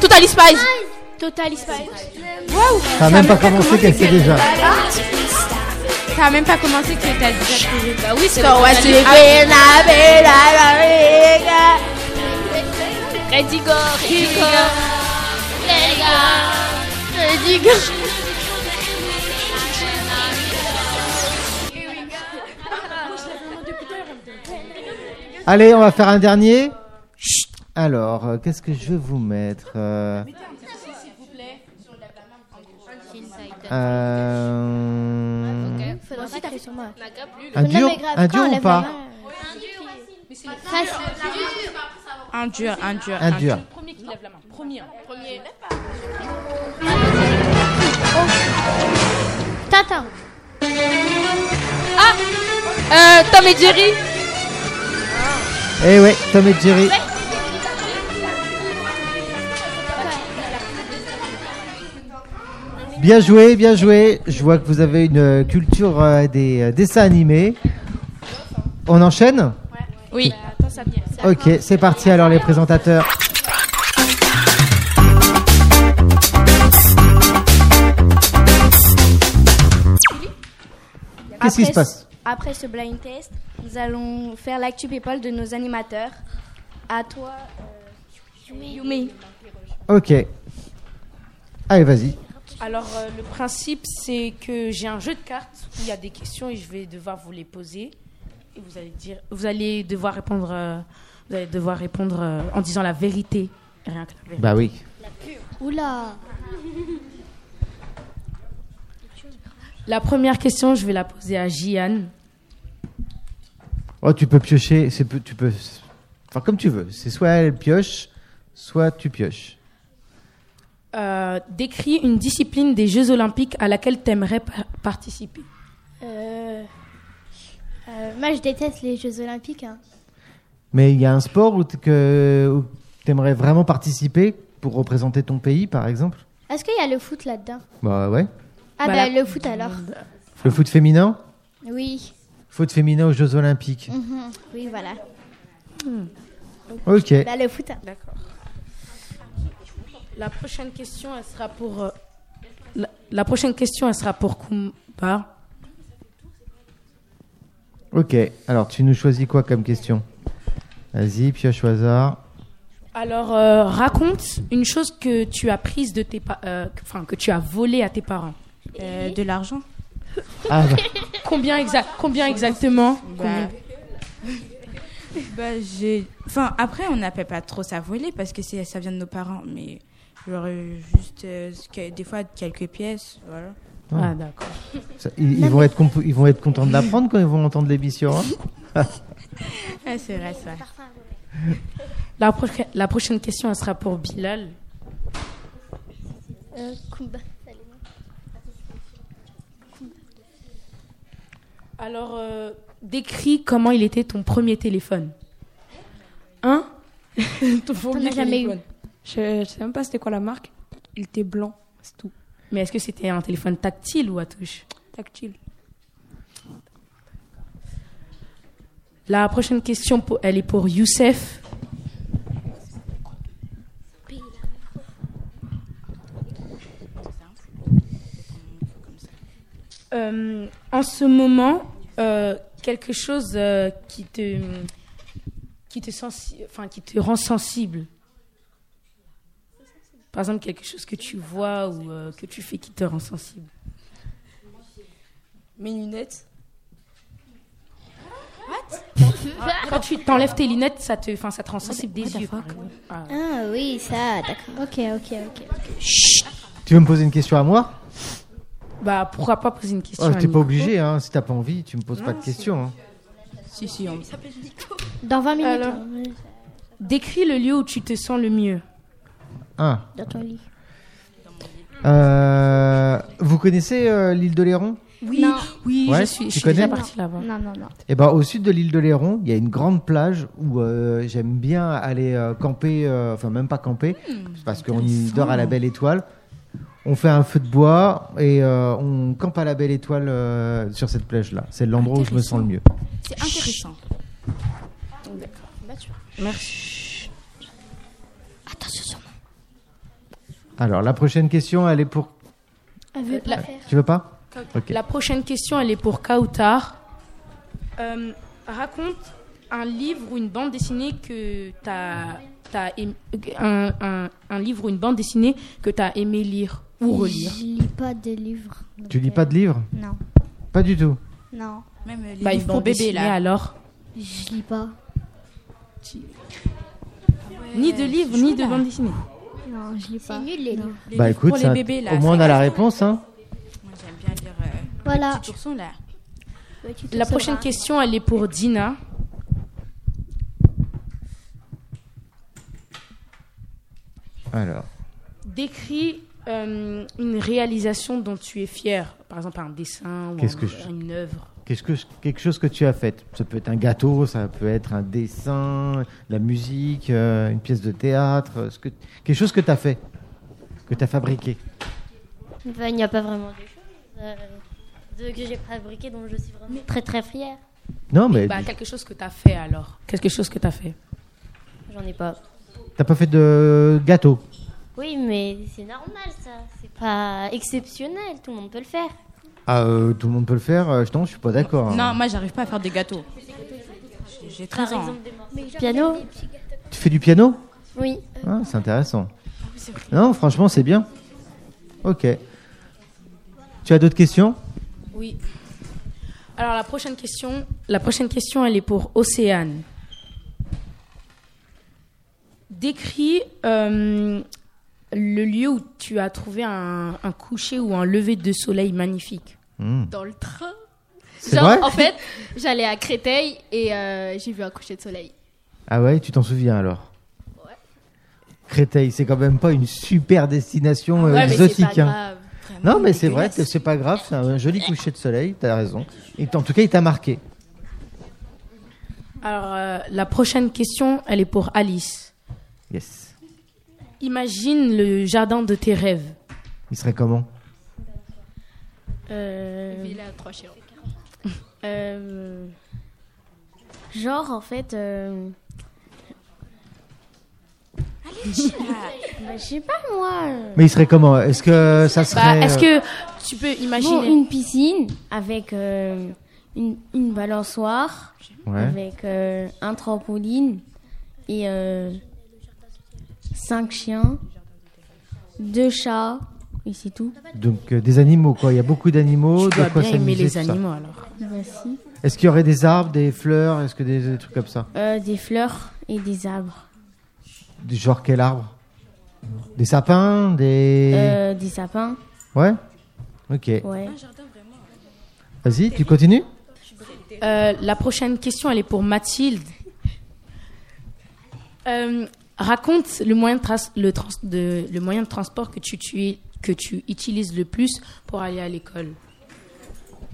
[SPEAKER 7] Total Spice. Total Spice.
[SPEAKER 4] Waouh.
[SPEAKER 2] Ça a même pas commencé qu'elle sait déjà.
[SPEAKER 4] Ça a même pas commencé que t'as déjà trouvé. Bah oui,
[SPEAKER 7] Quand on va se lever, la belle, la belle.
[SPEAKER 8] Ready go, ready go. Les gars. Ready go.
[SPEAKER 2] Allez, on va faire un dernier. Alors, euh, qu'est-ce que je vais vous mettre Euh, euh,
[SPEAKER 5] Faudra pas taper sur moi.
[SPEAKER 2] Un
[SPEAKER 5] Non,
[SPEAKER 2] duo,
[SPEAKER 5] mais grave,
[SPEAKER 2] un
[SPEAKER 5] quand euh,
[SPEAKER 2] duo
[SPEAKER 5] on
[SPEAKER 2] ou
[SPEAKER 5] lève
[SPEAKER 2] pas
[SPEAKER 5] la main,
[SPEAKER 4] Un dur, un dur.
[SPEAKER 2] Un dur.
[SPEAKER 4] Le premier qui lève la main. Premier. Premier.
[SPEAKER 5] Tintin.
[SPEAKER 8] Ah euh, Tom et Jerry
[SPEAKER 2] Eh ouais, Tom et Jerry. Bien joué, bien joué. Je vois que vous avez une euh, culture euh, des euh, dessins animés. On enchaîne
[SPEAKER 4] Oui.
[SPEAKER 2] Ok, c'est parti alors les présentateurs. Qu'est-ce qui
[SPEAKER 1] Après
[SPEAKER 2] se passe
[SPEAKER 1] ce- Après ce blind test, nous allons faire l'actu people de nos animateurs. À toi, euh, Yumi.
[SPEAKER 2] Ok. Allez, vas-y.
[SPEAKER 9] Alors, euh, le principe, c'est que j'ai un jeu de cartes où il y a des questions et je vais devoir vous les poser. Et vous allez, dire, vous allez devoir répondre, euh, vous allez devoir répondre euh, en disant la vérité. Rien que la vérité.
[SPEAKER 2] Bah oui.
[SPEAKER 3] Oula
[SPEAKER 9] La première question, je vais la poser à Jian.
[SPEAKER 2] Oh, tu peux piocher. C'est peu- tu peux. Enfin, comme tu veux. C'est soit elle pioche, soit tu pioches.
[SPEAKER 9] Euh, décris une discipline des Jeux Olympiques à laquelle t'aimerais pa- participer.
[SPEAKER 5] Euh, euh, moi, je déteste les Jeux Olympiques. hein.
[SPEAKER 2] Mais il y a un sport où t- que où t'aimerais vraiment participer pour représenter ton pays, par exemple
[SPEAKER 5] Est-ce qu'il y a le foot là-dedans
[SPEAKER 2] Bah ouais.
[SPEAKER 5] Ah,
[SPEAKER 9] Bah,
[SPEAKER 5] bah,
[SPEAKER 9] la
[SPEAKER 5] le foot alors
[SPEAKER 2] Le foot féminin
[SPEAKER 5] Oui.
[SPEAKER 2] Foot féminin aux Jeux Olympiques.
[SPEAKER 5] Mhm. Oui, voilà.
[SPEAKER 2] Ok.
[SPEAKER 5] Bah, le foot.
[SPEAKER 9] D'accord. La prochaine question, elle sera pour. euh, la, la prochaine question, elle sera pour Kumba.
[SPEAKER 2] Ok. Alors, tu nous choisis quoi comme question Vas-y, pioche au hasard.
[SPEAKER 9] Alors, euh, raconte une chose que tu as prise de tes, pa- euh, que- enfin que tu as volée à tes parents.
[SPEAKER 4] Euh,
[SPEAKER 9] de l'argent.
[SPEAKER 2] Ah bah.
[SPEAKER 9] Combien exact Combien exactement
[SPEAKER 4] Bah, bah, j'ai. Enfin, après, on n'appelle pas trop ça voler parce que c'est- ça vient de nos parents, mais genre euh, juste euh, ce que- des fois quelques pièces, voilà.
[SPEAKER 2] Ah,
[SPEAKER 9] d'accord.
[SPEAKER 2] Ça, ils, ils vont être compo- ils vont être contents de l'apprendre quand ils vont entendre l'émission. hein.
[SPEAKER 9] c'est vrai, ça. La, proche- la prochaine question, elle sera pour Bilal.
[SPEAKER 5] Euh, Kumba.
[SPEAKER 9] Alors, euh, décris comment il était ton premier téléphone.
[SPEAKER 11] Hein
[SPEAKER 9] Ton
[SPEAKER 11] premier téléphone. Je, je sais même pas c'était quoi la marque. Il était blanc, c'est tout.
[SPEAKER 9] Mais est-ce que c'était un téléphone tactile ou à touche
[SPEAKER 11] Tactile.
[SPEAKER 9] La prochaine question, pour- elle est pour Youssef. Euh, en ce moment, euh, quelque chose euh, qui te qui te sensi- enfin qui te rend sensible. Par exemple, quelque chose que tu vois ou euh, que tu fais qui te rend sensible.
[SPEAKER 15] Mes lunettes.
[SPEAKER 9] Quand tu t'enlèves tes lunettes, ça te, enfin, ça te rend sensible des yeux. par exemple. Ah.
[SPEAKER 5] Ah, oui, ça, d'accord. Ok, ok, ok.
[SPEAKER 2] tu veux me poser une question à moi
[SPEAKER 9] Bah, pourquoi pas poser une question
[SPEAKER 2] Oh,
[SPEAKER 9] à
[SPEAKER 2] T'es pas
[SPEAKER 9] Nico
[SPEAKER 2] obligé, hein, si t'as pas envie, tu me poses pas de
[SPEAKER 9] Non,
[SPEAKER 2] questions. hein.
[SPEAKER 9] Si, si, on-
[SPEAKER 5] Dans 20 minutes.
[SPEAKER 9] Alors,
[SPEAKER 5] hein.
[SPEAKER 9] décris le lieu où tu te sens le mieux.
[SPEAKER 2] Ah.
[SPEAKER 5] Dans ton lit.
[SPEAKER 2] Euh, vous connaissez euh, l'île de Léron
[SPEAKER 9] Oui, oui,
[SPEAKER 2] Ouais,
[SPEAKER 9] je suis,
[SPEAKER 2] tu
[SPEAKER 9] je suis
[SPEAKER 2] connais
[SPEAKER 9] déjà
[SPEAKER 2] Non.
[SPEAKER 9] partie là-bas.
[SPEAKER 5] Non, non, non.
[SPEAKER 2] Eh ben, au sud de l'île de Léron, il y a une grande plage où euh, j'aime bien aller euh, camper, euh, enfin même pas camper,
[SPEAKER 5] Hmm.
[SPEAKER 2] parce qu'on y dort à la Belle Étoile. On fait un feu de bois et euh, on campe à la Belle Étoile euh, sur cette plage-là. C'est l'endroit où je me sens le mieux.
[SPEAKER 4] C'est intéressant.
[SPEAKER 9] D'accord. Merci.
[SPEAKER 5] Attention sur
[SPEAKER 2] Alors la prochaine question, elle est pour.
[SPEAKER 9] veut pas
[SPEAKER 2] Euh,
[SPEAKER 9] faire.
[SPEAKER 2] Tu veux pas Ok.
[SPEAKER 9] La prochaine question, elle est pour Kautar. Euh, raconte un livre ou une bande dessinée que t'as, t'as aim- un, un- un livre ou une bande dessinée que t'as aimé lire ou relire.
[SPEAKER 5] Je lis pas de livres. donc,
[SPEAKER 2] Tu lis
[SPEAKER 5] euh,
[SPEAKER 2] pas de livres
[SPEAKER 5] Non,
[SPEAKER 2] Pas du tout.
[SPEAKER 5] non.
[SPEAKER 4] Même euh, les
[SPEAKER 9] Bah, une
[SPEAKER 4] livres pour
[SPEAKER 9] bande
[SPEAKER 4] bébé
[SPEAKER 9] dessinée,
[SPEAKER 4] là.
[SPEAKER 9] alors.
[SPEAKER 5] Je lis pas.
[SPEAKER 9] Ni de livre, ni de bande dessinée.
[SPEAKER 5] Non, je lis pas. C'est nul les livres.
[SPEAKER 2] Bah écoute, ça- au moins on a la réponse. Hein.
[SPEAKER 4] J'aime bien lire euh,
[SPEAKER 5] Voilà.
[SPEAKER 2] Ah.
[SPEAKER 4] les petits oursons, là.
[SPEAKER 9] La prochaine question, elle est pour Dina.
[SPEAKER 2] Alors.
[SPEAKER 9] Décris euh, une réalisation dont tu es fier, par exemple un dessin ou
[SPEAKER 2] Qu'est-ce
[SPEAKER 9] un-
[SPEAKER 2] que je-
[SPEAKER 9] une œuvre.
[SPEAKER 2] Qu'est-ce que je- quelque chose que tu as fait. Ça peut être un gâteau, ça peut être un dessin, de la musique, euh, une pièce de théâtre, euh, ce que, quelque chose que tu as fait, que tu as fabriqué.
[SPEAKER 12] Bah, il n'y a pas vraiment de choses euh, de- que j'ai fabriquées dont je suis vraiment très très fière.
[SPEAKER 2] Non, mais
[SPEAKER 9] Bah,
[SPEAKER 2] tu
[SPEAKER 9] quelque chose que tu as fait alors. Quelque chose que tu as fait.
[SPEAKER 12] J'en ai pas.
[SPEAKER 2] n'as pas fait de gâteau.
[SPEAKER 12] Oui, mais c'est normal ça. C'est pas exceptionnel. Tout le monde peut le faire.
[SPEAKER 2] Ah, euh, tout le monde peut le faire euh, Je t'en- je suis pas d'accord.
[SPEAKER 4] Non, moi, j'arrive pas à faire des gâteaux. J'ai- J'ai 13 ans.
[SPEAKER 12] Piano
[SPEAKER 2] Tu fais du piano
[SPEAKER 12] Oui.
[SPEAKER 2] Ah, C'est intéressant.
[SPEAKER 12] c'est
[SPEAKER 2] Non, franchement, c'est bien. Ok. Tu as d'autres questions
[SPEAKER 9] Oui. Alors la prochaine question, la prochaine question, elle est pour Océane. Décris euh, le lieu où tu as trouvé un, un coucher ou un lever de soleil magnifique.
[SPEAKER 2] Hmm.
[SPEAKER 8] Dans le train.
[SPEAKER 2] C'est vrai
[SPEAKER 8] en fait, j'allais à Créteil et euh, j'ai vu un coucher de soleil.
[SPEAKER 2] Ah ouais, tu t'en souviens alors Créteil, c'est quand même pas une super destination euh,
[SPEAKER 8] Ouais, mais c'est
[SPEAKER 2] exotique.
[SPEAKER 8] pas
[SPEAKER 2] hein.
[SPEAKER 8] grave.
[SPEAKER 2] Non, mais c'est vrai que c'est pas grave, c'est un joli coucher de soleil, t'as raison. Et t- en tout cas, il t'a marqué.
[SPEAKER 9] Alors euh, la prochaine question, elle est pour Alice.
[SPEAKER 2] Yes.
[SPEAKER 9] Imagine le jardin de tes rêves.
[SPEAKER 2] Il serait comment
[SPEAKER 8] Villa à trois chiens.
[SPEAKER 10] Euh, genre, en fait. euh, bah, je sais pas moi. euh,
[SPEAKER 2] Mais il serait comment Est-ce que ça
[SPEAKER 10] Bah,
[SPEAKER 2] serait. euh,
[SPEAKER 9] tu peux
[SPEAKER 10] Bon, une piscine avec euh, une, une balançoire,
[SPEAKER 2] Ouais.
[SPEAKER 10] avec euh, un trampoline et euh, cinq chiens, deux chats et c'est tout.
[SPEAKER 2] Donc euh, des animaux, quoi. Il y a beaucoup d'animaux. Oh, de quoi s'amuser, tout ça.
[SPEAKER 9] alors.
[SPEAKER 10] Merci.
[SPEAKER 2] Est-ce qu'il y aurait des arbres, des fleurs Est-ce que des, des trucs comme ça
[SPEAKER 10] Euh, des fleurs et des arbres.
[SPEAKER 2] Du genre quel arbre Des sapins Des.
[SPEAKER 10] Euh, des sapins.
[SPEAKER 2] Ouais Ok.
[SPEAKER 10] Ouais.
[SPEAKER 2] Vas-y, tu continues
[SPEAKER 9] Euh, la prochaine question, elle est pour Mathilde. Euh, raconte le moyen, de tras- le, trans- de, le moyen de transport que tu, tu- que tu utilises le plus pour aller à l'école.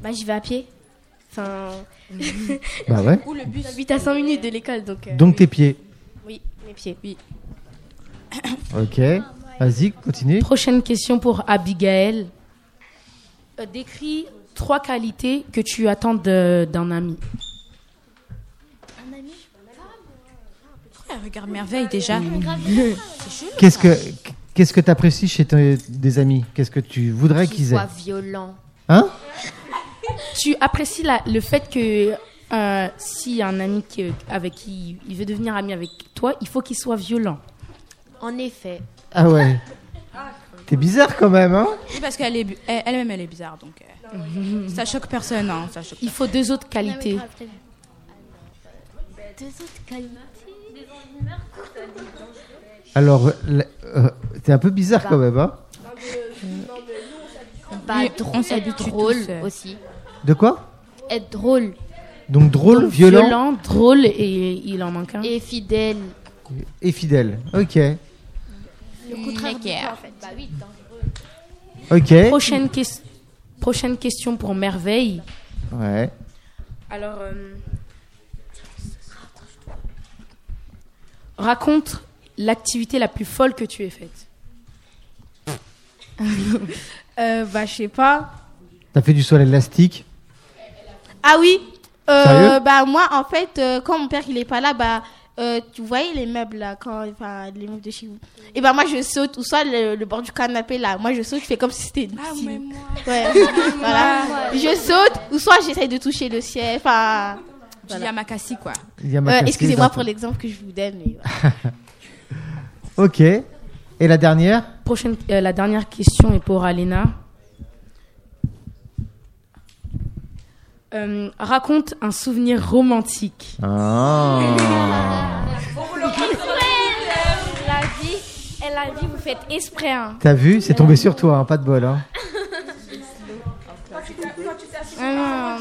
[SPEAKER 8] Bah, j'y vais à pied. Enfin.
[SPEAKER 2] Bah ouais.
[SPEAKER 8] Ou le bus. J'habite à 5 minutes de l'école, donc. euh,
[SPEAKER 2] Donc
[SPEAKER 8] oui.
[SPEAKER 2] tes pieds.
[SPEAKER 8] Oui, mes pieds, oui.
[SPEAKER 2] Ok. Vas-y, continue.
[SPEAKER 9] Prochaine question pour Abigail. Euh, décris trois qualités que tu attends de- d'un ami.
[SPEAKER 4] Pourquoi elle regarde merveille déjà
[SPEAKER 9] Mm.
[SPEAKER 2] Qu'est-ce que qu'est-ce que t'apprécies chez tes des amis Qu'est-ce que tu voudrais qu'ils aient
[SPEAKER 7] Soit violent.
[SPEAKER 2] Hein
[SPEAKER 9] Tu apprécies la- le fait que euh, si un ami qui- avec qui il veut devenir ami avec toi, il faut qu'il soit violent.
[SPEAKER 7] En effet.
[SPEAKER 2] Ah ouais. T'es bizarre quand même, hein
[SPEAKER 4] Oui, parce qu'elle est bu- elle- elle-même, elle est bizarre, donc euh, ça choque personne. hein, ça choque
[SPEAKER 9] Mm. Il faut deux autres
[SPEAKER 5] Ah
[SPEAKER 9] qualités.
[SPEAKER 12] Deux autres qualités.
[SPEAKER 2] Alors, l- euh, t'es un peu bizarre
[SPEAKER 12] Bah.
[SPEAKER 2] quand même, hein
[SPEAKER 7] Bah,
[SPEAKER 12] Oui,
[SPEAKER 7] drôle,
[SPEAKER 12] on
[SPEAKER 7] être
[SPEAKER 12] s'habitue
[SPEAKER 7] drôle
[SPEAKER 12] tous, euh.
[SPEAKER 7] aussi.
[SPEAKER 2] De quoi
[SPEAKER 7] Être drôle.
[SPEAKER 2] Donc drôle,
[SPEAKER 7] Donc,
[SPEAKER 2] violent,
[SPEAKER 9] drôle et il en manque un.
[SPEAKER 7] Et fidèle.
[SPEAKER 2] et fidèle. Ok.
[SPEAKER 7] Le contraire en
[SPEAKER 8] fait.
[SPEAKER 7] Bah oui,
[SPEAKER 2] Ok.
[SPEAKER 9] Prochaine, ques- prochaine question pour Merveille.
[SPEAKER 2] Ouais.
[SPEAKER 9] Alors,
[SPEAKER 15] euh,
[SPEAKER 9] raconte l'activité la plus folle que tu aies faite.
[SPEAKER 15] Euh, bah, je sais pas.
[SPEAKER 2] T'as fait du soleil élastique.
[SPEAKER 15] Ah oui euh,
[SPEAKER 2] Sérieux
[SPEAKER 15] Bah moi en fait euh, quand mon père il est pas là bah euh, tu voyais les meubles là quand enfin les meubles de chez vous. Et bah moi je saute ou soit le, le bord du canapé là moi je saute je fais comme si c'était une
[SPEAKER 7] Ah,
[SPEAKER 15] piscine. Ouais. voilà.
[SPEAKER 4] moi.
[SPEAKER 15] Je saute ou soit j'essaye de toucher le ciel enfin.
[SPEAKER 7] euh,
[SPEAKER 15] Voilà.
[SPEAKER 4] Yamakasi, quoi.
[SPEAKER 2] Il y a ma
[SPEAKER 15] Euh,
[SPEAKER 2] casquette
[SPEAKER 15] Excusez-moi
[SPEAKER 2] dans-
[SPEAKER 15] pour l'exemple que je vous donne mais voilà.
[SPEAKER 2] Ok. Et la dernière
[SPEAKER 9] Prochaine, euh, la dernière question est pour Alena. Euh, raconte un souvenir romantique.
[SPEAKER 2] Ah.
[SPEAKER 1] Elle a dit, elle a dit, vous faites esprit. hein.
[SPEAKER 2] T'as vu C'est tombé sur toi, hein, pas de bol. Hein.
[SPEAKER 1] Hum.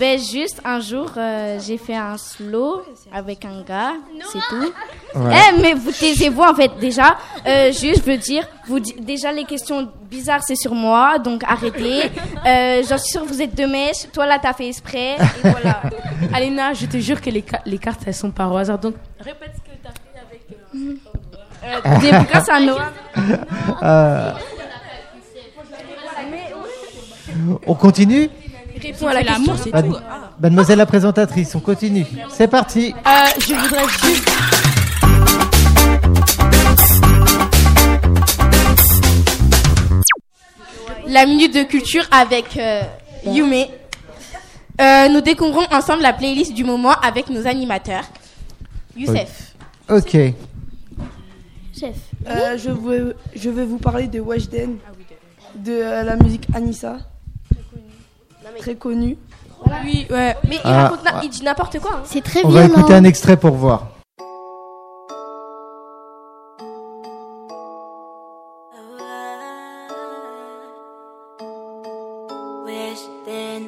[SPEAKER 1] Ben juste un jour euh, j'ai fait un slow avec un gars, c'est tout.
[SPEAKER 13] Ouais.
[SPEAKER 1] Eh mais vous taisez-vous en fait déjà. Euh, juste je veux dire, vous di- déjà les questions bizarres c'est sur moi donc arrêtez. Euh, J'en suis sûre vous êtes deux mèches. Toi là t'as fait exprès. Et voilà.
[SPEAKER 9] Alena, je te jure que les, ca- les cartes, elles sont pas au hasard. Donc,
[SPEAKER 8] Répète ce que t'as fait avec.
[SPEAKER 1] Euh, des- pourquoi c'est un Noah
[SPEAKER 2] Euh, on continue
[SPEAKER 9] Réponds à la question.
[SPEAKER 2] Mad- Mademoiselle la présentatrice, on continue. C'est parti.
[SPEAKER 9] Euh, je voudrais juste.
[SPEAKER 16] la minute de culture avec euh, Yume. Euh, nous découvrons ensemble la playlist du moment avec nos animateurs. Youssef.
[SPEAKER 2] Ok.
[SPEAKER 16] Chef.
[SPEAKER 11] Euh, je, veux- je vais vous parler de Weshden, de euh, la musique Anissa. Très connue.
[SPEAKER 9] Oui, ouais.
[SPEAKER 16] Mais
[SPEAKER 2] il Ah, raconte na- ouais.
[SPEAKER 16] il dit n'importe quoi.
[SPEAKER 17] C'est très
[SPEAKER 2] On va écouter un extrait pour voir.
[SPEAKER 7] Oh, Wesh, den.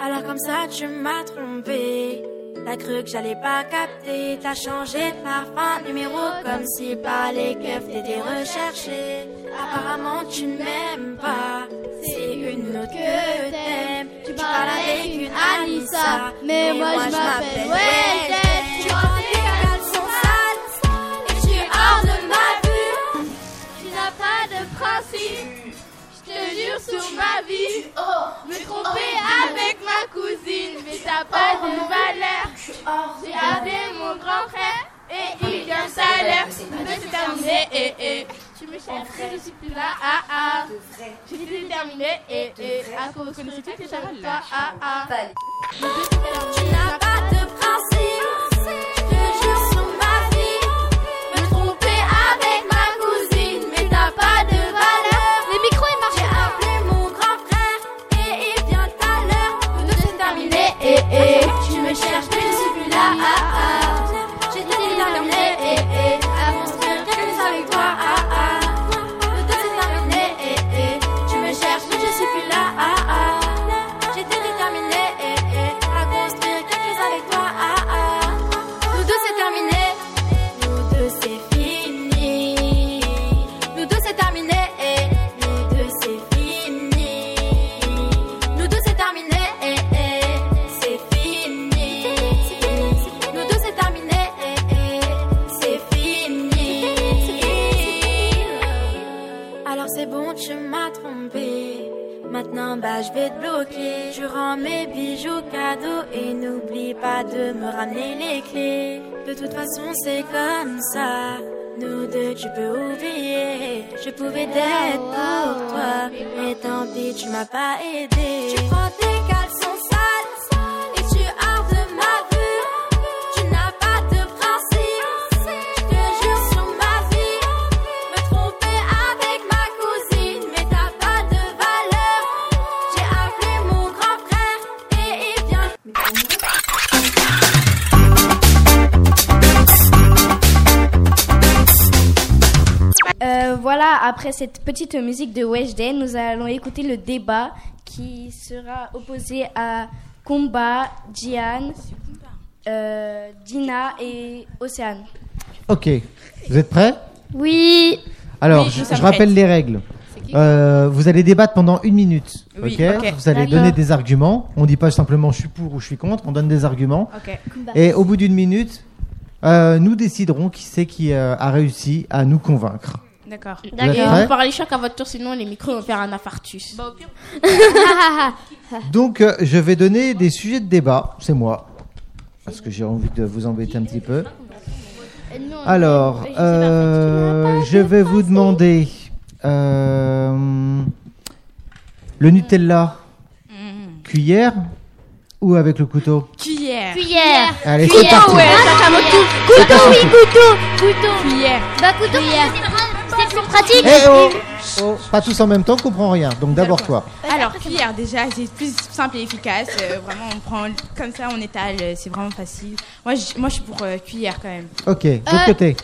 [SPEAKER 7] Alors comme ça tu m'as trompé T'as cru que j'allais pas capter T'as changé de parfum, de numéro Comme si par les keufs t'étais recherché Apparemment tu ne m'aimes pas C'est une autre que t'aimes Tu parles avec une Anissa Mais moi je m'appelle Wesh, den. Tu rentres tes caleçons sales Et tu es hors de ma vue Tu n'as pas de principe
[SPEAKER 18] Je te jure sur ma vie, me tromper avec ma cousine, mais t'as pas de valeur. J'ai appelé mon grand frère et il vient salaire. Je suis terminé et et tu me cherchais, je suis plus là. Ah ah, je suis terminé et et à cause que tu que j'aime pas. Ah ah.
[SPEAKER 7] Tu n'as pas de principe, je te jure sur ma vie. Me tromper avec ma cousine, mais t'as pas de valeur. Les micros, ils marchent. J'ai appelé mon grand frère Eh, et il vient à l'heure. Nous deux, c'est terminé. Et et tu me cherches, mais je suis plus là. Ah, ah. J'ai été terminé. Et et avance, frère, quelques avec toi. Ah, ah. Nous deux, c'est terminé. Et et tu me cherches, mais je suis plus là. Ah, ah. J'étais déterminée eh, eh, à construire quelque chose avec toi. Ah, ah. Nous deux, c'est terminé. Nous deux, c'est fini. Nous deux, c'est terminé. eh. Nous deux, c'est fini. Nous deux, c'est terminé. eh, eh. C'est fini. Nous deux, c'est terminé. eh, eh. C'est fini. Alors c'est bon, tu m'as trompé. Maintenant, bah, je vais te bloquer. Je rends mes bijoux cadeaux et n'oublie pas de me ramener les clés. De toute façon, c'est comme ça. Nous deux, tu peux oublier. Je pouvais d'être pour toi, mais tant pis, tu m'as pas aidé. Tu prends tes caleçons sales et tu hors de ma vue. Tu n'as pas de principe. Je te jure sur ma vie. Me tromper avec ma cousine, mais t'as pas de valeur. J'ai appelé mon grand frère et il vient.
[SPEAKER 1] Euh, voilà, après cette petite musique de Weshden, nous allons écouter le débat qui sera opposé à Kumba, Jian, euh, Dina et Océane.
[SPEAKER 2] Ok. Vous êtes prêts
[SPEAKER 1] Oui.
[SPEAKER 2] Alors,
[SPEAKER 1] Oui,
[SPEAKER 2] je,
[SPEAKER 1] nous sommes
[SPEAKER 2] je rappelle
[SPEAKER 1] prêtes.
[SPEAKER 2] les règles. Euh, vous allez débattre pendant une minute.
[SPEAKER 1] Oui,
[SPEAKER 2] ok
[SPEAKER 1] ok.
[SPEAKER 2] Vous allez
[SPEAKER 1] D'accord.
[SPEAKER 2] donner des arguments. On ne dit pas simplement je suis pour ou je suis contre. On donne des arguments.
[SPEAKER 1] Ok.
[SPEAKER 2] Et au bout d'une minute, euh, nous déciderons qui c'est qui euh, a réussi à nous convaincre.
[SPEAKER 16] D'accord.
[SPEAKER 2] êtes
[SPEAKER 16] Et
[SPEAKER 2] prêts
[SPEAKER 16] vous parlez chacun à votre tour, sinon les micros vont faire un infarctus.
[SPEAKER 2] Donc, euh, je vais donner des sujets de débat. C'est moi. Parce que j'ai envie de vous embêter un petit peu. Alors, euh, je vais vous demander euh, le Nutella cuillère ou avec le couteau
[SPEAKER 9] Cuillère.
[SPEAKER 12] Cuillère.
[SPEAKER 2] Allez, c'est
[SPEAKER 12] Cuillère.
[SPEAKER 2] parti.
[SPEAKER 12] ouais, ça, ça me touche. Couteau, oui, couteau. Couteau.
[SPEAKER 9] Cuillère.
[SPEAKER 12] Bah, couteau, c'est plus pratique.
[SPEAKER 2] Eh oh Oh, Pas tous en même temps, comprends rien. Donc d'abord toi.
[SPEAKER 9] Alors, cuillère, déjà, c'est plus simple et efficace. Euh, vraiment, on prend comme ça, on étale. euh, C'est vraiment facile. Moi, je, moi, je suis pour euh, cuillère quand même.
[SPEAKER 2] Ok, de l'autre côté.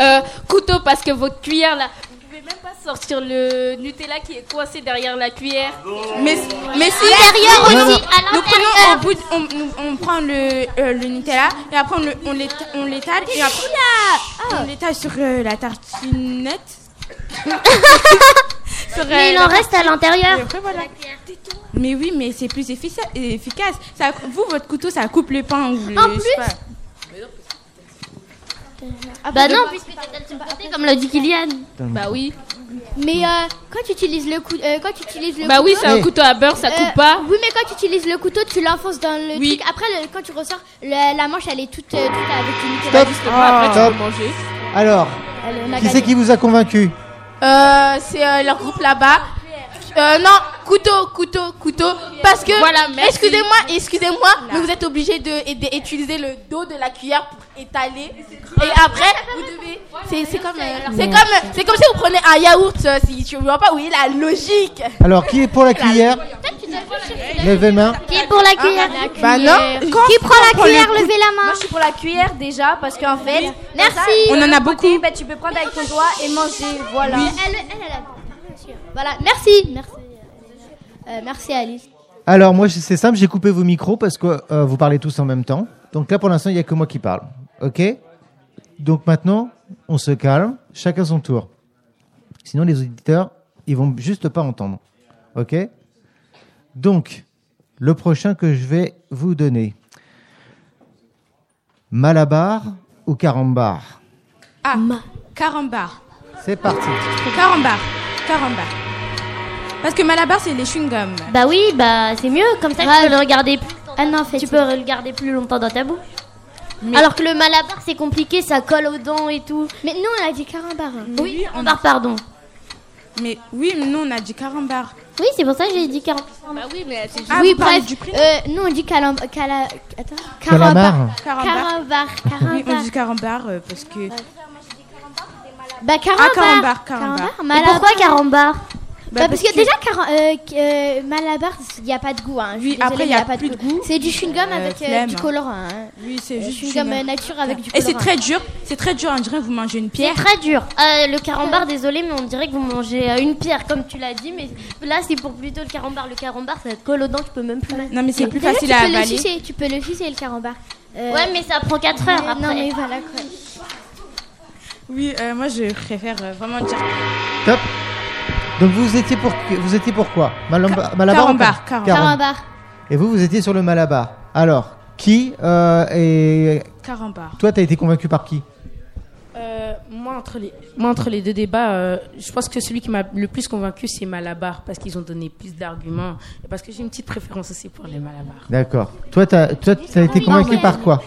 [SPEAKER 18] Euh, couteau parce que votre cuillère là, vous pouvez même pas sortir le Nutella qui est coincé derrière la cuillère.
[SPEAKER 9] Mais, mais si,
[SPEAKER 18] Intérieur
[SPEAKER 9] nous,
[SPEAKER 18] aussi, à
[SPEAKER 9] nous prenons au bout, de- on, nous- on prend le, euh, le Nutella et après on le- on l'éta- on l'étale et après
[SPEAKER 12] Oh.
[SPEAKER 9] on l'étale sur euh, la tartinette. Sur, euh,
[SPEAKER 12] Mais il
[SPEAKER 9] la
[SPEAKER 12] en reste à
[SPEAKER 9] tartinette.
[SPEAKER 12] l'intérieur.
[SPEAKER 9] Et après, voilà. Mais oui, mais c'est plus effica- efficace. Ça, vous, votre couteau, ça coupe le pain ou le.
[SPEAKER 12] En plus,
[SPEAKER 9] Bah
[SPEAKER 5] Ah,
[SPEAKER 12] Bah
[SPEAKER 9] non,
[SPEAKER 12] non, puisque tu porté comme l'a dit Kylian.
[SPEAKER 18] Bah oui.
[SPEAKER 5] Mais euh, quand tu utilises le, cou- euh, quand tu utilises le
[SPEAKER 18] Bah oui, c'est un
[SPEAKER 5] Eh.
[SPEAKER 18] couteau à beurre, ça coupe pas.
[SPEAKER 5] Oui, mais quand tu utilises le couteau, tu l'enfonces dans le truc. Après, le- quand tu ressors, le- la manche, elle est toute, euh, toute avec une
[SPEAKER 2] Stop.
[SPEAKER 5] Ah.
[SPEAKER 2] Stop.
[SPEAKER 19] Ah.
[SPEAKER 2] Alors, qui c'est qui vous a convaincu
[SPEAKER 16] Euh, c'est euh, leur groupe là-bas.
[SPEAKER 7] Euh, non, couteau, couteau, couteau. Parce que,
[SPEAKER 20] Voilà,
[SPEAKER 9] eh,
[SPEAKER 20] merci.
[SPEAKER 7] excusez-moi, excusez-moi, mais vous êtes obligé de, de- d'utiliser le dos de la cuillère pour étaler. Et après, vous devez. C'est, c'est comme, euh, c'est
[SPEAKER 2] Ouais.
[SPEAKER 7] comme, c'est comme si vous prenez un yaourt. euh, Si tu vois pas où est la logique.
[SPEAKER 2] Alors, qui est pour la cuillère Levez main.
[SPEAKER 5] Qui est pour la cuillère
[SPEAKER 2] Bah non. Quand-
[SPEAKER 5] Qui prend la
[SPEAKER 2] quand on
[SPEAKER 5] cuillère
[SPEAKER 2] prend le
[SPEAKER 5] Levez la main.
[SPEAKER 19] Moi, je suis pour la cuillère déjà parce qu'en fait,
[SPEAKER 5] Merci.
[SPEAKER 19] comme ça,
[SPEAKER 5] On en a
[SPEAKER 19] de l'autre côté, bah, tu peux prendre avec ton doigt et manger. Voilà.
[SPEAKER 5] Oui. Elle- Voilà, merci. Merci, Euh, merci Alice.
[SPEAKER 2] Alors, moi, c'est simple, j'ai coupé vos micros parce que euh, vous parlez tous en même temps. Donc là, pour l'instant, il n'y a que moi qui parle. OK Donc maintenant, on se calme, chacun son tour. Sinon, les auditeurs, ils vont juste pas entendre. OK Donc, le prochain que je vais vous donner Malabar ou Carambar
[SPEAKER 9] Ah, carambar.
[SPEAKER 2] C'est parti.
[SPEAKER 9] Carambar. Carambar. Parce que Malabar, c'est les chewing-gums.
[SPEAKER 5] Bah oui, bah c'est mieux. Comme ça,
[SPEAKER 9] Ouais,
[SPEAKER 5] tu peux le regarder. plus longtemps. tu peux le garder plus longtemps dans ta bouche. Alors que le malabar, c'est compliqué, ça colle aux dents et tout. Mais nous, on a dit carambar. Oui, on a... pardon.
[SPEAKER 9] Mais oui, mais nous, on a dit carambar.
[SPEAKER 5] Oui, c'est pour ça que j'ai dit carambar.
[SPEAKER 9] Bah oui, mais c'est
[SPEAKER 5] oui, bref. euh, nous, on dit calam... cala- Attends.
[SPEAKER 9] Calamar. Carambar.
[SPEAKER 5] Carambar.
[SPEAKER 9] Oui, on
[SPEAKER 5] Carambar.
[SPEAKER 9] dit carambar euh, parce que.
[SPEAKER 5] Bah carambar.
[SPEAKER 9] Ah, carambar, carambar.
[SPEAKER 5] Carambar,
[SPEAKER 9] Et
[SPEAKER 5] malabar.
[SPEAKER 9] pourquoi
[SPEAKER 5] carambar
[SPEAKER 9] Bah,
[SPEAKER 5] bah, parce,
[SPEAKER 9] parce
[SPEAKER 5] que,
[SPEAKER 9] que-
[SPEAKER 5] déjà, car- euh, qu- euh, malabar, il n'y a pas de goût. Hein. Je suis
[SPEAKER 9] Oui, après,
[SPEAKER 5] désolée,
[SPEAKER 9] il y
[SPEAKER 5] mais
[SPEAKER 9] a plus de goût.
[SPEAKER 5] C'est du chewing-gum
[SPEAKER 9] Euh,
[SPEAKER 5] avec euh,
[SPEAKER 9] flemme.
[SPEAKER 5] du colorant. hein.
[SPEAKER 9] Oui, c'est
[SPEAKER 5] Euh,
[SPEAKER 9] juste.
[SPEAKER 5] chewing-gum,
[SPEAKER 9] une-
[SPEAKER 5] euh, nature avec du
[SPEAKER 9] Et c'est
[SPEAKER 5] colorant.
[SPEAKER 9] très dur. C'est très dur. On dirait que vous mangez une
[SPEAKER 5] C'est
[SPEAKER 9] pierre.
[SPEAKER 5] très dur. Euh, le carambar, désolé, mais on dirait que vous mangez euh, une pierre, comme tu l'as dit. Mais là, c'est pour plutôt le carambar. Le carambar, ça te colle aux dents, tu peux hein. même plus.
[SPEAKER 9] Non, mais c'est plus
[SPEAKER 5] Déjà,
[SPEAKER 9] facile
[SPEAKER 5] tu
[SPEAKER 9] à
[SPEAKER 5] peux le
[SPEAKER 9] avaler.
[SPEAKER 5] sucer, tu peux le sucer, le carambar. Ouais, mais ça prend 4 heures
[SPEAKER 9] mais-
[SPEAKER 5] après.
[SPEAKER 9] non, mais
[SPEAKER 5] voilà quoi.
[SPEAKER 9] Oui, euh, moi, je préfère euh, vraiment dire.
[SPEAKER 2] Top. Donc vous étiez pour vous étiez pourquoi Malamba- Malabar
[SPEAKER 9] Carambar,
[SPEAKER 2] ou-
[SPEAKER 9] carambar.
[SPEAKER 5] Carambar.
[SPEAKER 2] Et vous vous étiez sur le Malabar. Alors qui euh, est
[SPEAKER 9] Carambar.
[SPEAKER 2] Toi t'as été convaincu par qui
[SPEAKER 21] Euh, moi, entre les, moi, entre les deux débats, euh, je pense que celui qui m'a le plus convaincu, c'est Malabar, parce qu'ils ont donné plus d'arguments, et parce que j'ai une petite préférence aussi pour les Malabar.
[SPEAKER 2] D'accord. Toi t'as toi t'as été convaincu par quoi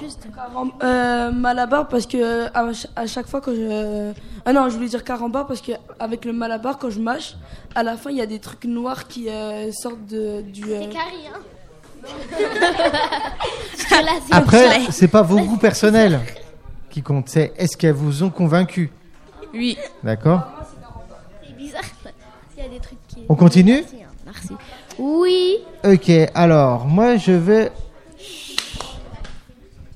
[SPEAKER 11] Euh, Malabar parce que euh, à, ch- à chaque fois que je ah non je voulais dire carambar parce que avec le Malabar quand je mâche à la fin il y a des trucs noirs qui euh, sortent de du euh,
[SPEAKER 5] Carré, hein. Parce que là, c'est
[SPEAKER 2] Après
[SPEAKER 5] le
[SPEAKER 2] c'est pas vos goûts personnels qui comptent, c'est est-ce qu'elles vous ont convaincu
[SPEAKER 9] Oui.
[SPEAKER 2] D'accord.
[SPEAKER 5] C'est bizarre. Il y a des trucs qui.
[SPEAKER 2] On continue
[SPEAKER 5] Merci, hein, merci. Oui.
[SPEAKER 2] OK, alors moi je vais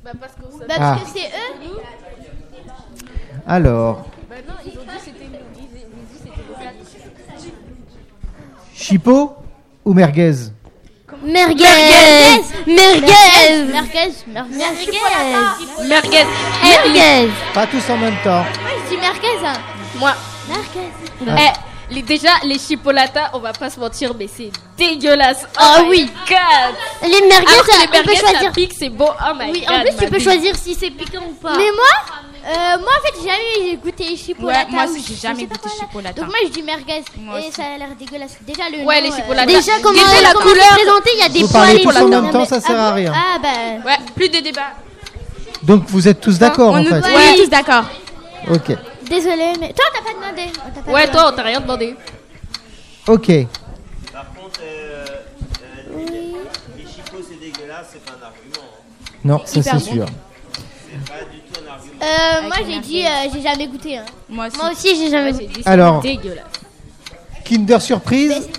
[SPEAKER 5] Bah parce que,
[SPEAKER 2] Ah.
[SPEAKER 5] c'est eux.
[SPEAKER 2] alors
[SPEAKER 5] Bah,
[SPEAKER 2] Chipo ou merguez
[SPEAKER 5] Merguez.
[SPEAKER 2] Merguez.
[SPEAKER 5] Merguez.
[SPEAKER 12] Merguez.
[SPEAKER 5] Merguez.
[SPEAKER 12] Merguez.
[SPEAKER 5] Merguez.
[SPEAKER 12] Merguez.
[SPEAKER 2] Pas tous en même temps.
[SPEAKER 12] Je dis merguez. Moi.
[SPEAKER 5] hein. Merguez.
[SPEAKER 2] Ah.
[SPEAKER 12] Eh, les, déjà, les chipolatas, on va pas se mentir, mais c'est dégueulasse. Oh, oui, god.
[SPEAKER 5] Les Ah merguez,
[SPEAKER 12] Alors que
[SPEAKER 5] ça-
[SPEAKER 12] les
[SPEAKER 5] on
[SPEAKER 12] merguez,
[SPEAKER 5] peut choisir.
[SPEAKER 12] ça pique, c'est beau. Oh my
[SPEAKER 5] Oui,
[SPEAKER 12] god.
[SPEAKER 5] en plus,
[SPEAKER 12] ma
[SPEAKER 5] tu peux
[SPEAKER 12] vie.
[SPEAKER 5] choisir si c'est piquant ou pas.
[SPEAKER 12] Mais
[SPEAKER 5] moi, euh, moi en fait, j'ai jamais goûté les
[SPEAKER 12] chipolatas
[SPEAKER 9] Ouais, moi aussi, ou j'ai je jamais sais pas goûté quoi, là. chipolata. Donc moi,
[SPEAKER 5] je dis merguez. et ça a l'air dégueulasse. Déjà, le.
[SPEAKER 12] Ouais, nom, les euh, chipolatas.
[SPEAKER 5] Déjà, comment
[SPEAKER 12] Déjà, la
[SPEAKER 5] comment
[SPEAKER 12] couleur.
[SPEAKER 5] c'est présenté, il y a des
[SPEAKER 2] Vous
[SPEAKER 5] poils
[SPEAKER 2] parlez
[SPEAKER 5] et
[SPEAKER 2] tous en
[SPEAKER 5] tout.
[SPEAKER 2] même temps, ça sert à rien.
[SPEAKER 5] Ah, bah.
[SPEAKER 9] Ouais, plus de débat.
[SPEAKER 2] Donc vous êtes tous d'accord en
[SPEAKER 12] nous-
[SPEAKER 2] fait.
[SPEAKER 12] ouais,
[SPEAKER 9] tous d'accord.
[SPEAKER 2] Ok.
[SPEAKER 5] Désolée, mais. Toi, t'as pas demandé.
[SPEAKER 12] Ouais, toi, on t'a rien demandé.
[SPEAKER 2] Ok.
[SPEAKER 22] Par contre, euh, les chicots c'est dégueulasse, c'est pas un argument. hein.
[SPEAKER 2] Non, ça
[SPEAKER 5] Hyper
[SPEAKER 2] c'est
[SPEAKER 5] bon.
[SPEAKER 2] sûr.
[SPEAKER 5] Euh, moi, j'ai dit, euh, j'ai jamais goûté. hein. Moi aussi. j'ai jamais goûté.
[SPEAKER 2] Alors. Kinder surprise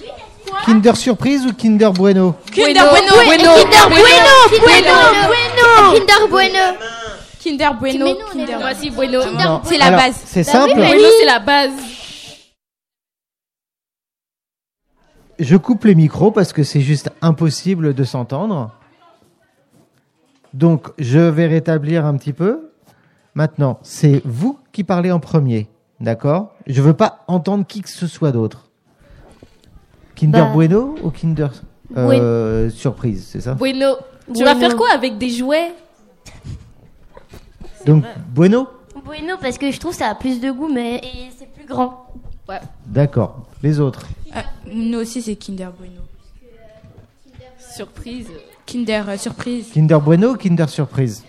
[SPEAKER 2] Kinder surprise ou Kinder bueno
[SPEAKER 9] Kinder Bueno,
[SPEAKER 5] Bue-
[SPEAKER 9] Bueno,
[SPEAKER 5] Kinder
[SPEAKER 9] Bueno,
[SPEAKER 5] Bueno,
[SPEAKER 9] Bueno,
[SPEAKER 5] Bueno, Kinder Bueno.
[SPEAKER 9] Kinder Bueno. Kinder
[SPEAKER 12] Moi aussi, bueno.
[SPEAKER 2] Non.
[SPEAKER 9] C'est la
[SPEAKER 2] Alors,
[SPEAKER 9] base.
[SPEAKER 2] c'est Bah oui, simple. mais
[SPEAKER 12] Bueno,
[SPEAKER 2] oui.
[SPEAKER 12] c'est la base.
[SPEAKER 2] Je coupe les micros parce que c'est juste impossible de s'entendre. Donc je vais rétablir un petit peu. Maintenant, c'est vous qui parlez en premier. D'accord Je veux pas entendre qui que ce soit d'autre. Kinder
[SPEAKER 12] Bah.
[SPEAKER 2] bueno ou Kinder euh, surprise, c'est ça
[SPEAKER 12] Bueno. Tu
[SPEAKER 5] Bueno.
[SPEAKER 12] vas faire quoi avec des jouets
[SPEAKER 2] Donc bueno
[SPEAKER 5] Bueno, parce que je trouve ça a plus de goût, mais et c'est plus grand.
[SPEAKER 12] Ouais.
[SPEAKER 2] D'accord. Les autres
[SPEAKER 9] Euh, nous aussi, c'est Kinder Bueno.
[SPEAKER 12] Surprise.
[SPEAKER 9] Kinder euh, surprise.
[SPEAKER 2] Kinder bueno ou Kinder surprise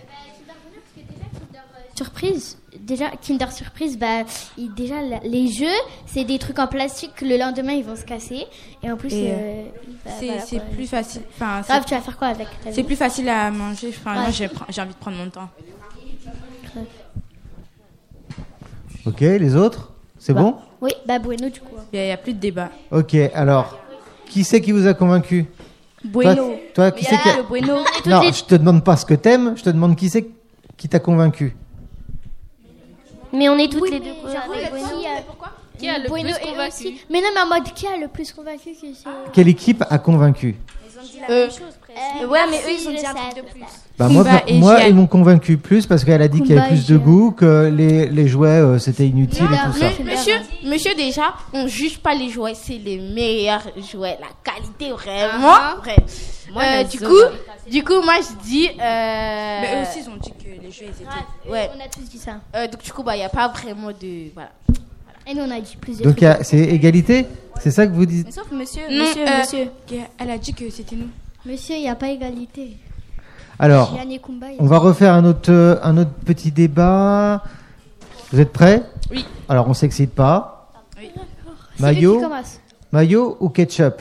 [SPEAKER 5] Surprise. déjà Kinder Surprise, bah il- déjà la- les jeux, c'est des trucs en plastique que le lendemain ils vont se casser et en plus
[SPEAKER 9] Et,
[SPEAKER 5] euh, bah,
[SPEAKER 9] c'est
[SPEAKER 5] voilà,
[SPEAKER 9] c'est
[SPEAKER 5] quoi.
[SPEAKER 9] plus facile. Enfin,
[SPEAKER 5] Grave,
[SPEAKER 9] c'est-
[SPEAKER 5] tu vas faire quoi avec ta
[SPEAKER 9] C'est
[SPEAKER 5] vie
[SPEAKER 9] plus facile à manger. Enfin,
[SPEAKER 5] Ouais.
[SPEAKER 9] moi, j'ai pr- j'ai envie de prendre mon temps.
[SPEAKER 2] Ok, les autres C'est bon
[SPEAKER 5] Oui, bah Bueno du coup.
[SPEAKER 9] Il n'y a, plus de débat.
[SPEAKER 2] Ok, alors, qui c'est qui vous a convaincu
[SPEAKER 9] Bueno.
[SPEAKER 2] Toi, toi, qui
[SPEAKER 9] Mais
[SPEAKER 2] c'est
[SPEAKER 9] là,
[SPEAKER 2] qui a-
[SPEAKER 9] le bueno. On est toutes
[SPEAKER 2] Non,
[SPEAKER 9] les-
[SPEAKER 2] je te demande pas ce que t'aimes, je te demande qui c'est qui t'a convaincu.
[SPEAKER 5] Mais on est toutes les deux.
[SPEAKER 7] genre,
[SPEAKER 5] avec
[SPEAKER 7] en fait,
[SPEAKER 5] Bueno. Euh,
[SPEAKER 7] qui a- pourquoi Qui a le
[SPEAKER 5] Bueno
[SPEAKER 7] plus
[SPEAKER 5] et eux
[SPEAKER 7] convaincu
[SPEAKER 5] aussi. Mais non, mais en mode qui a le plus convaincu que c'est
[SPEAKER 7] Ah,
[SPEAKER 2] Quelle équipe a convaincu
[SPEAKER 5] Euh,
[SPEAKER 7] Euh, euh, ouais, mais
[SPEAKER 5] merci,
[SPEAKER 7] eux, ils ont
[SPEAKER 5] je
[SPEAKER 7] dit un
[SPEAKER 5] sais.
[SPEAKER 7] truc de plus.
[SPEAKER 2] Bah, moi,
[SPEAKER 7] Kumba
[SPEAKER 2] vra-
[SPEAKER 7] et
[SPEAKER 2] moi,
[SPEAKER 7] Gian.
[SPEAKER 2] ils m'ont convaincu plus parce qu'elle a dit qu'il y avait
[SPEAKER 23] Kumba et
[SPEAKER 2] plus de goût, que les, les jouets euh, c'était inutile et tout ça.
[SPEAKER 23] mais-
[SPEAKER 1] Monsieur, monsieur, déjà, on juge pas les jouets, c'est les meilleurs jouets, la qualité vraiment.
[SPEAKER 23] Ah,
[SPEAKER 1] vrai.
[SPEAKER 23] Moi,
[SPEAKER 1] Euh,
[SPEAKER 23] la
[SPEAKER 1] du
[SPEAKER 23] zone.
[SPEAKER 1] coup, du coup, moi je dis. euh,
[SPEAKER 9] Mais eux aussi, ils ont dit que les jeux, ils étaient.
[SPEAKER 1] ouais.
[SPEAKER 5] On a tous dit ça.
[SPEAKER 1] Euh, donc du coup, bah, il y a pas vraiment de voilà.
[SPEAKER 5] Et nous on a dit plusieurs.
[SPEAKER 2] Donc il y a- c'est égalité C'est ça que vous dites
[SPEAKER 5] sauf monsieur,
[SPEAKER 9] Non,
[SPEAKER 5] monsieur,
[SPEAKER 9] euh,
[SPEAKER 5] monsieur.
[SPEAKER 9] Elle a dit que c'était nous.
[SPEAKER 5] Monsieur, il n'y a pas égalité.
[SPEAKER 2] Alors,
[SPEAKER 5] Gian et Kumba, ils-
[SPEAKER 2] on va refaire un autre, euh, un autre petit débat. Vous êtes prêts
[SPEAKER 5] Oui.
[SPEAKER 2] Alors, on s'excite pas.
[SPEAKER 5] C'est lui
[SPEAKER 2] Maillot
[SPEAKER 5] qui commence.
[SPEAKER 2] Maillot ou ketchup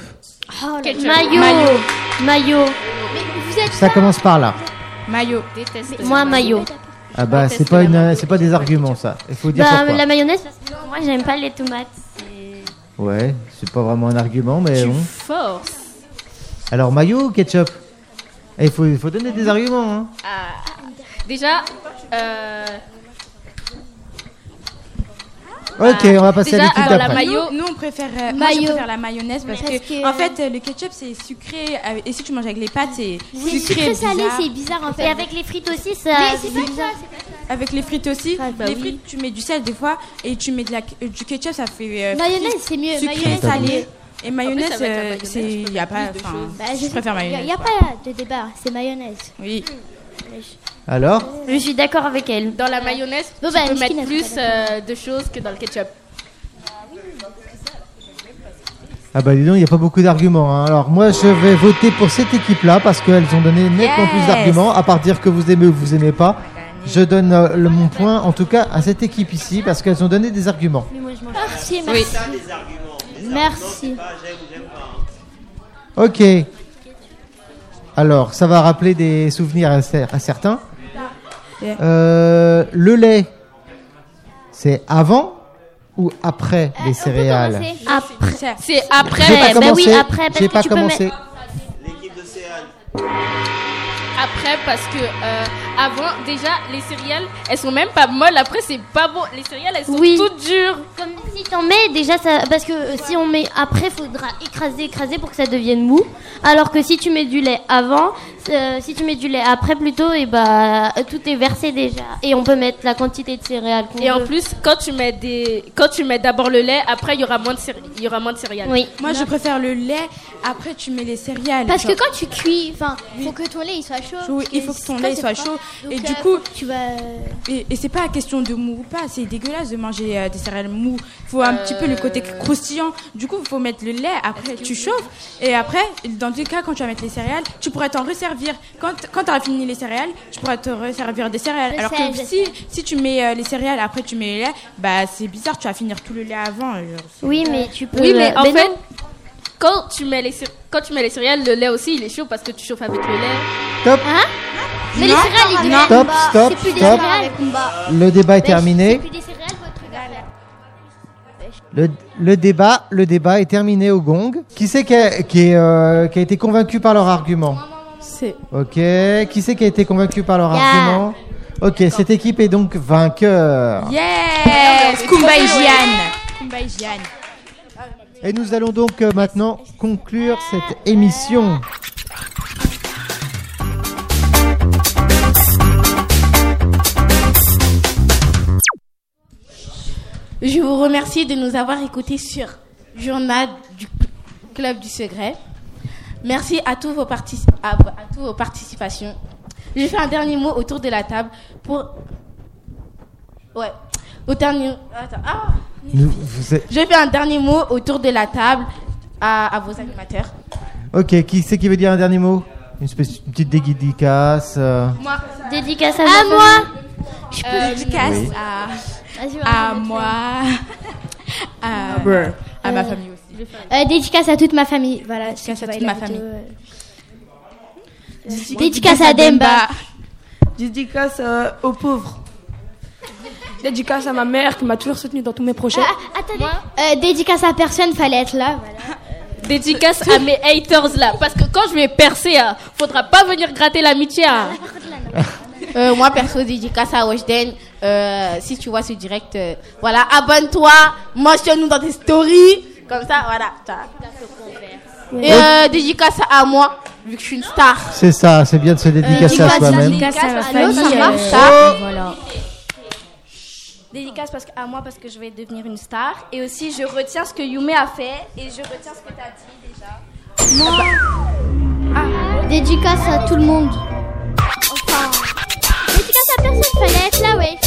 [SPEAKER 5] Oh,
[SPEAKER 7] Ketchup.
[SPEAKER 5] maillot.
[SPEAKER 7] Maillot.
[SPEAKER 5] Maillot. Mais vous êtes
[SPEAKER 2] Ça commence par là.
[SPEAKER 9] Maillot.
[SPEAKER 5] Déteste.
[SPEAKER 7] Moi, maillot.
[SPEAKER 2] Ah bah, c'est pas, une, c'est pas des arguments, ça. Il faut dire
[SPEAKER 5] Bah,
[SPEAKER 2] pourquoi.
[SPEAKER 5] la mayonnaise, parce que moi j'aime pas les tomates.
[SPEAKER 2] Ouais, c'est pas vraiment un argument, mais bon.
[SPEAKER 5] Force.
[SPEAKER 2] Alors, maillot ou ketchup Eh, Il faut, il faut donner des arguments. hein.
[SPEAKER 7] Ah, déjà, euh,
[SPEAKER 5] Bah,
[SPEAKER 2] Ok, on va passer à l'équipe
[SPEAKER 9] alors, la
[SPEAKER 2] d'après.
[SPEAKER 9] mayo, nous on préfère, euh, moi, je
[SPEAKER 7] Mayo.
[SPEAKER 9] préfère la mayonnaise parce,
[SPEAKER 7] Parce
[SPEAKER 9] que,
[SPEAKER 7] que-
[SPEAKER 9] en fait euh, le ketchup c'est sucré euh, et si tu manges avec les pâtes c'est
[SPEAKER 5] C'est sucré salé, c'est bizarre en fait.
[SPEAKER 9] Et
[SPEAKER 5] avec les frites aussi, ça.
[SPEAKER 9] Mais c'est pas
[SPEAKER 5] bizarre.
[SPEAKER 9] Avec les frites aussi,
[SPEAKER 5] bah
[SPEAKER 9] les
[SPEAKER 5] oui.
[SPEAKER 9] frites tu mets du sel des fois et tu mets de la, euh, du ketchup ça fait euh,
[SPEAKER 5] Mayonnaise,
[SPEAKER 9] frites
[SPEAKER 5] c'est mieux.
[SPEAKER 9] sucré
[SPEAKER 5] Mayonnaise, c'est
[SPEAKER 9] salé
[SPEAKER 5] mieux.
[SPEAKER 9] et mayonnaise
[SPEAKER 7] Ah,
[SPEAKER 5] En plus, ça va être la
[SPEAKER 9] euh,
[SPEAKER 5] mayonnaise,
[SPEAKER 9] c'est il y a pas enfin
[SPEAKER 5] Bah,
[SPEAKER 9] je préfère
[SPEAKER 5] Il
[SPEAKER 9] mayonnaise.
[SPEAKER 5] n'y a pas de débat, c'est mayonnaise.
[SPEAKER 9] Oui.
[SPEAKER 2] Alors
[SPEAKER 5] Je suis d'accord avec elle.
[SPEAKER 7] dans la mayonnaise,
[SPEAKER 5] Bon,
[SPEAKER 7] tu
[SPEAKER 5] bah,
[SPEAKER 7] peux
[SPEAKER 5] Miskin, elle
[SPEAKER 7] mettre plus
[SPEAKER 5] sera d'accord.
[SPEAKER 7] euh, de choses que dans le ketchup.
[SPEAKER 2] Ah bah dis donc, il n'y a pas beaucoup d'arguments. hein. Alors moi, je vais voter pour cette équipe-là parce qu'elles ont donné nettement
[SPEAKER 7] Yes.
[SPEAKER 2] plus d'arguments. À part dire que vous aimez ou vous aimez pas, je donne euh, le, mon point, en tout cas, à cette équipe ici parce qu'elles ont donné des arguments.
[SPEAKER 5] Mais moi je mange Merci,
[SPEAKER 2] Oui.
[SPEAKER 5] merci.
[SPEAKER 2] C'est ça,
[SPEAKER 24] les arguments.
[SPEAKER 5] Merci.
[SPEAKER 2] Ok. Alors, ça va rappeler des souvenirs à, cer- à certains.
[SPEAKER 9] Yeah.
[SPEAKER 2] Euh, le lait, c'est avant ou après
[SPEAKER 7] Euh,
[SPEAKER 2] les céréales
[SPEAKER 7] Après. C'est après.
[SPEAKER 2] J'ai pas
[SPEAKER 7] Bah
[SPEAKER 2] commencé.
[SPEAKER 7] oui, après, parce
[SPEAKER 2] J'ai
[SPEAKER 7] que
[SPEAKER 2] pas
[SPEAKER 7] tu peux
[SPEAKER 2] commencé.
[SPEAKER 7] mettre- Après, parce que euh, avant, déjà, les céréales, elles sont même pas molles. Après, c'est pas bon. Les céréales, elles sont
[SPEAKER 5] Oui.
[SPEAKER 7] toutes dures.
[SPEAKER 5] Comme si t'en mets déjà ça. Parce que euh, si on met après, faudra écraser, écraser pour que ça devienne mou. Alors que si tu mets du lait avant, euh, si tu mets du lait après plutôt, et bah tout est versé déjà. Et on peut mettre la quantité de céréales qu'on
[SPEAKER 7] Et en
[SPEAKER 5] veut.
[SPEAKER 7] plus, quand tu mets des, quand tu mets d'abord le lait, après il y aura moins de, céré- il y aura moins de céréales.
[SPEAKER 9] Moi je préfère le lait après tu mets les céréales.
[SPEAKER 7] Parce que
[SPEAKER 9] Genre-
[SPEAKER 7] quand
[SPEAKER 5] tu cuis, enfin, faut que ton lait il soit chaud.
[SPEAKER 9] Oui,
[SPEAKER 5] parce
[SPEAKER 9] il faut que ton
[SPEAKER 5] quand
[SPEAKER 9] lait
[SPEAKER 5] c'est
[SPEAKER 9] soit
[SPEAKER 5] froid,
[SPEAKER 9] chaud.
[SPEAKER 5] donc,
[SPEAKER 9] Et
[SPEAKER 5] euh,
[SPEAKER 9] du coup,
[SPEAKER 5] tu vas. euh,
[SPEAKER 9] Et, et c'est pas question de mou ou pas, c'est dégueulasse de manger euh, des céréales mou. Faut un
[SPEAKER 7] Euh.
[SPEAKER 9] petit peu le côté croustillant. Du coup, faut mettre le lait. Après, tu chauffes. Et après, dans tous les cas, quand tu vas mettre les céréales, tu pourrais t'en resservir. Quand, quand t'auras fini les céréales, tu pourras te resservir des céréales.
[SPEAKER 7] Je
[SPEAKER 9] Alors
[SPEAKER 7] sais,
[SPEAKER 9] que
[SPEAKER 7] je
[SPEAKER 9] si, si tu mets euh, les céréales, après tu mets le lait, bah c'est bizarre, tu vas finir tout le lait avant. euh, c'est-
[SPEAKER 5] Oui, mais tu peux.
[SPEAKER 7] Oui, mais en
[SPEAKER 5] ben
[SPEAKER 7] fait,
[SPEAKER 5] non.
[SPEAKER 7] quand tu mets les cér- quand tu mets les céréales, le lait aussi, il est chaud parce que tu chauffes avec le lait.
[SPEAKER 2] Top.
[SPEAKER 7] Mais les céréales, ils
[SPEAKER 2] Non. Stop, stop, stop. Le débat est terminé.
[SPEAKER 5] des céréales, votre
[SPEAKER 2] Le, le débat, le débat est terminé au gong. Qui c'est qui a, qui est, euh, qui a été convaincu par leur argument
[SPEAKER 25] C'est.
[SPEAKER 2] Ok. Qui c'est qui a été convaincu par leur
[SPEAKER 25] Yeah.
[SPEAKER 2] argument Ok, cette équipe est donc vainqueur.
[SPEAKER 1] Eh,
[SPEAKER 9] Yes! Kumba et Gian. Kumba et Gian.
[SPEAKER 2] Et nous allons donc euh, maintenant conclure cette émission.
[SPEAKER 1] Je vous remercie de nous avoir écoutés sur Journal du Cl- Club du Secret. Merci à tous vos, partici- à, vo- à tous vos participations. Je fais un dernier mot autour de la table pour... Ouais. Au dernier... Attends. Ah
[SPEAKER 2] Nous- vous êtes-
[SPEAKER 1] Je fais un dernier mot autour de la table à, à vos animateurs.
[SPEAKER 2] Ok, qui c'est qui veut dire un dernier mot une, spéc- une petite dédicace. euh,
[SPEAKER 1] Moi.
[SPEAKER 5] Dédicace à
[SPEAKER 1] À
[SPEAKER 5] ma
[SPEAKER 1] moi.
[SPEAKER 5] famille.
[SPEAKER 26] Je peux
[SPEAKER 27] Euh,
[SPEAKER 26] dédicace
[SPEAKER 27] oui. Vas-y, on
[SPEAKER 26] à,
[SPEAKER 27] va
[SPEAKER 26] à
[SPEAKER 27] mettre
[SPEAKER 26] moi, à,
[SPEAKER 27] Ouais.
[SPEAKER 26] à ma
[SPEAKER 5] Euh,
[SPEAKER 26] famille aussi.
[SPEAKER 5] Euh, dédicace à toute ma famille. Voilà,
[SPEAKER 26] Dédicace à
[SPEAKER 5] c'est-
[SPEAKER 26] toute ma
[SPEAKER 5] la
[SPEAKER 26] famille.
[SPEAKER 5] vidéo, euh. Dédicace à Demba.
[SPEAKER 11] Dédicace euh, aux pauvres. Dédicace à ma mère qui m'a toujours soutenue dans tous mes
[SPEAKER 5] Ah,
[SPEAKER 11] projets.
[SPEAKER 5] Attendez. Euh, dédicace à personne, fallait être là. voilà.
[SPEAKER 9] Dédicace à mes haters là, parce que quand je vais percer, hein, faudra pas venir gratter l'amitié. hein.
[SPEAKER 7] Euh, moi perso dédicace à Weshden Euh, si tu vois ce direct euh, voilà abonne-toi mentionne-nous dans tes stories comme ça voilà t'as- et euh, dédicace à moi vu que je suis une star
[SPEAKER 2] C'est ça, c'est bien de se dédicacer à soi-même.
[SPEAKER 7] ça marche, ça.
[SPEAKER 9] Voilà.
[SPEAKER 1] Dédicace parce que, à moi parce que je vais devenir une star. Et aussi, je retiens ce que Yume a fait et je retiens ce que tu as dit déjà.
[SPEAKER 5] Dédicace à tout le monde. Enfin, dédicace à personne, fallait être là, ouais.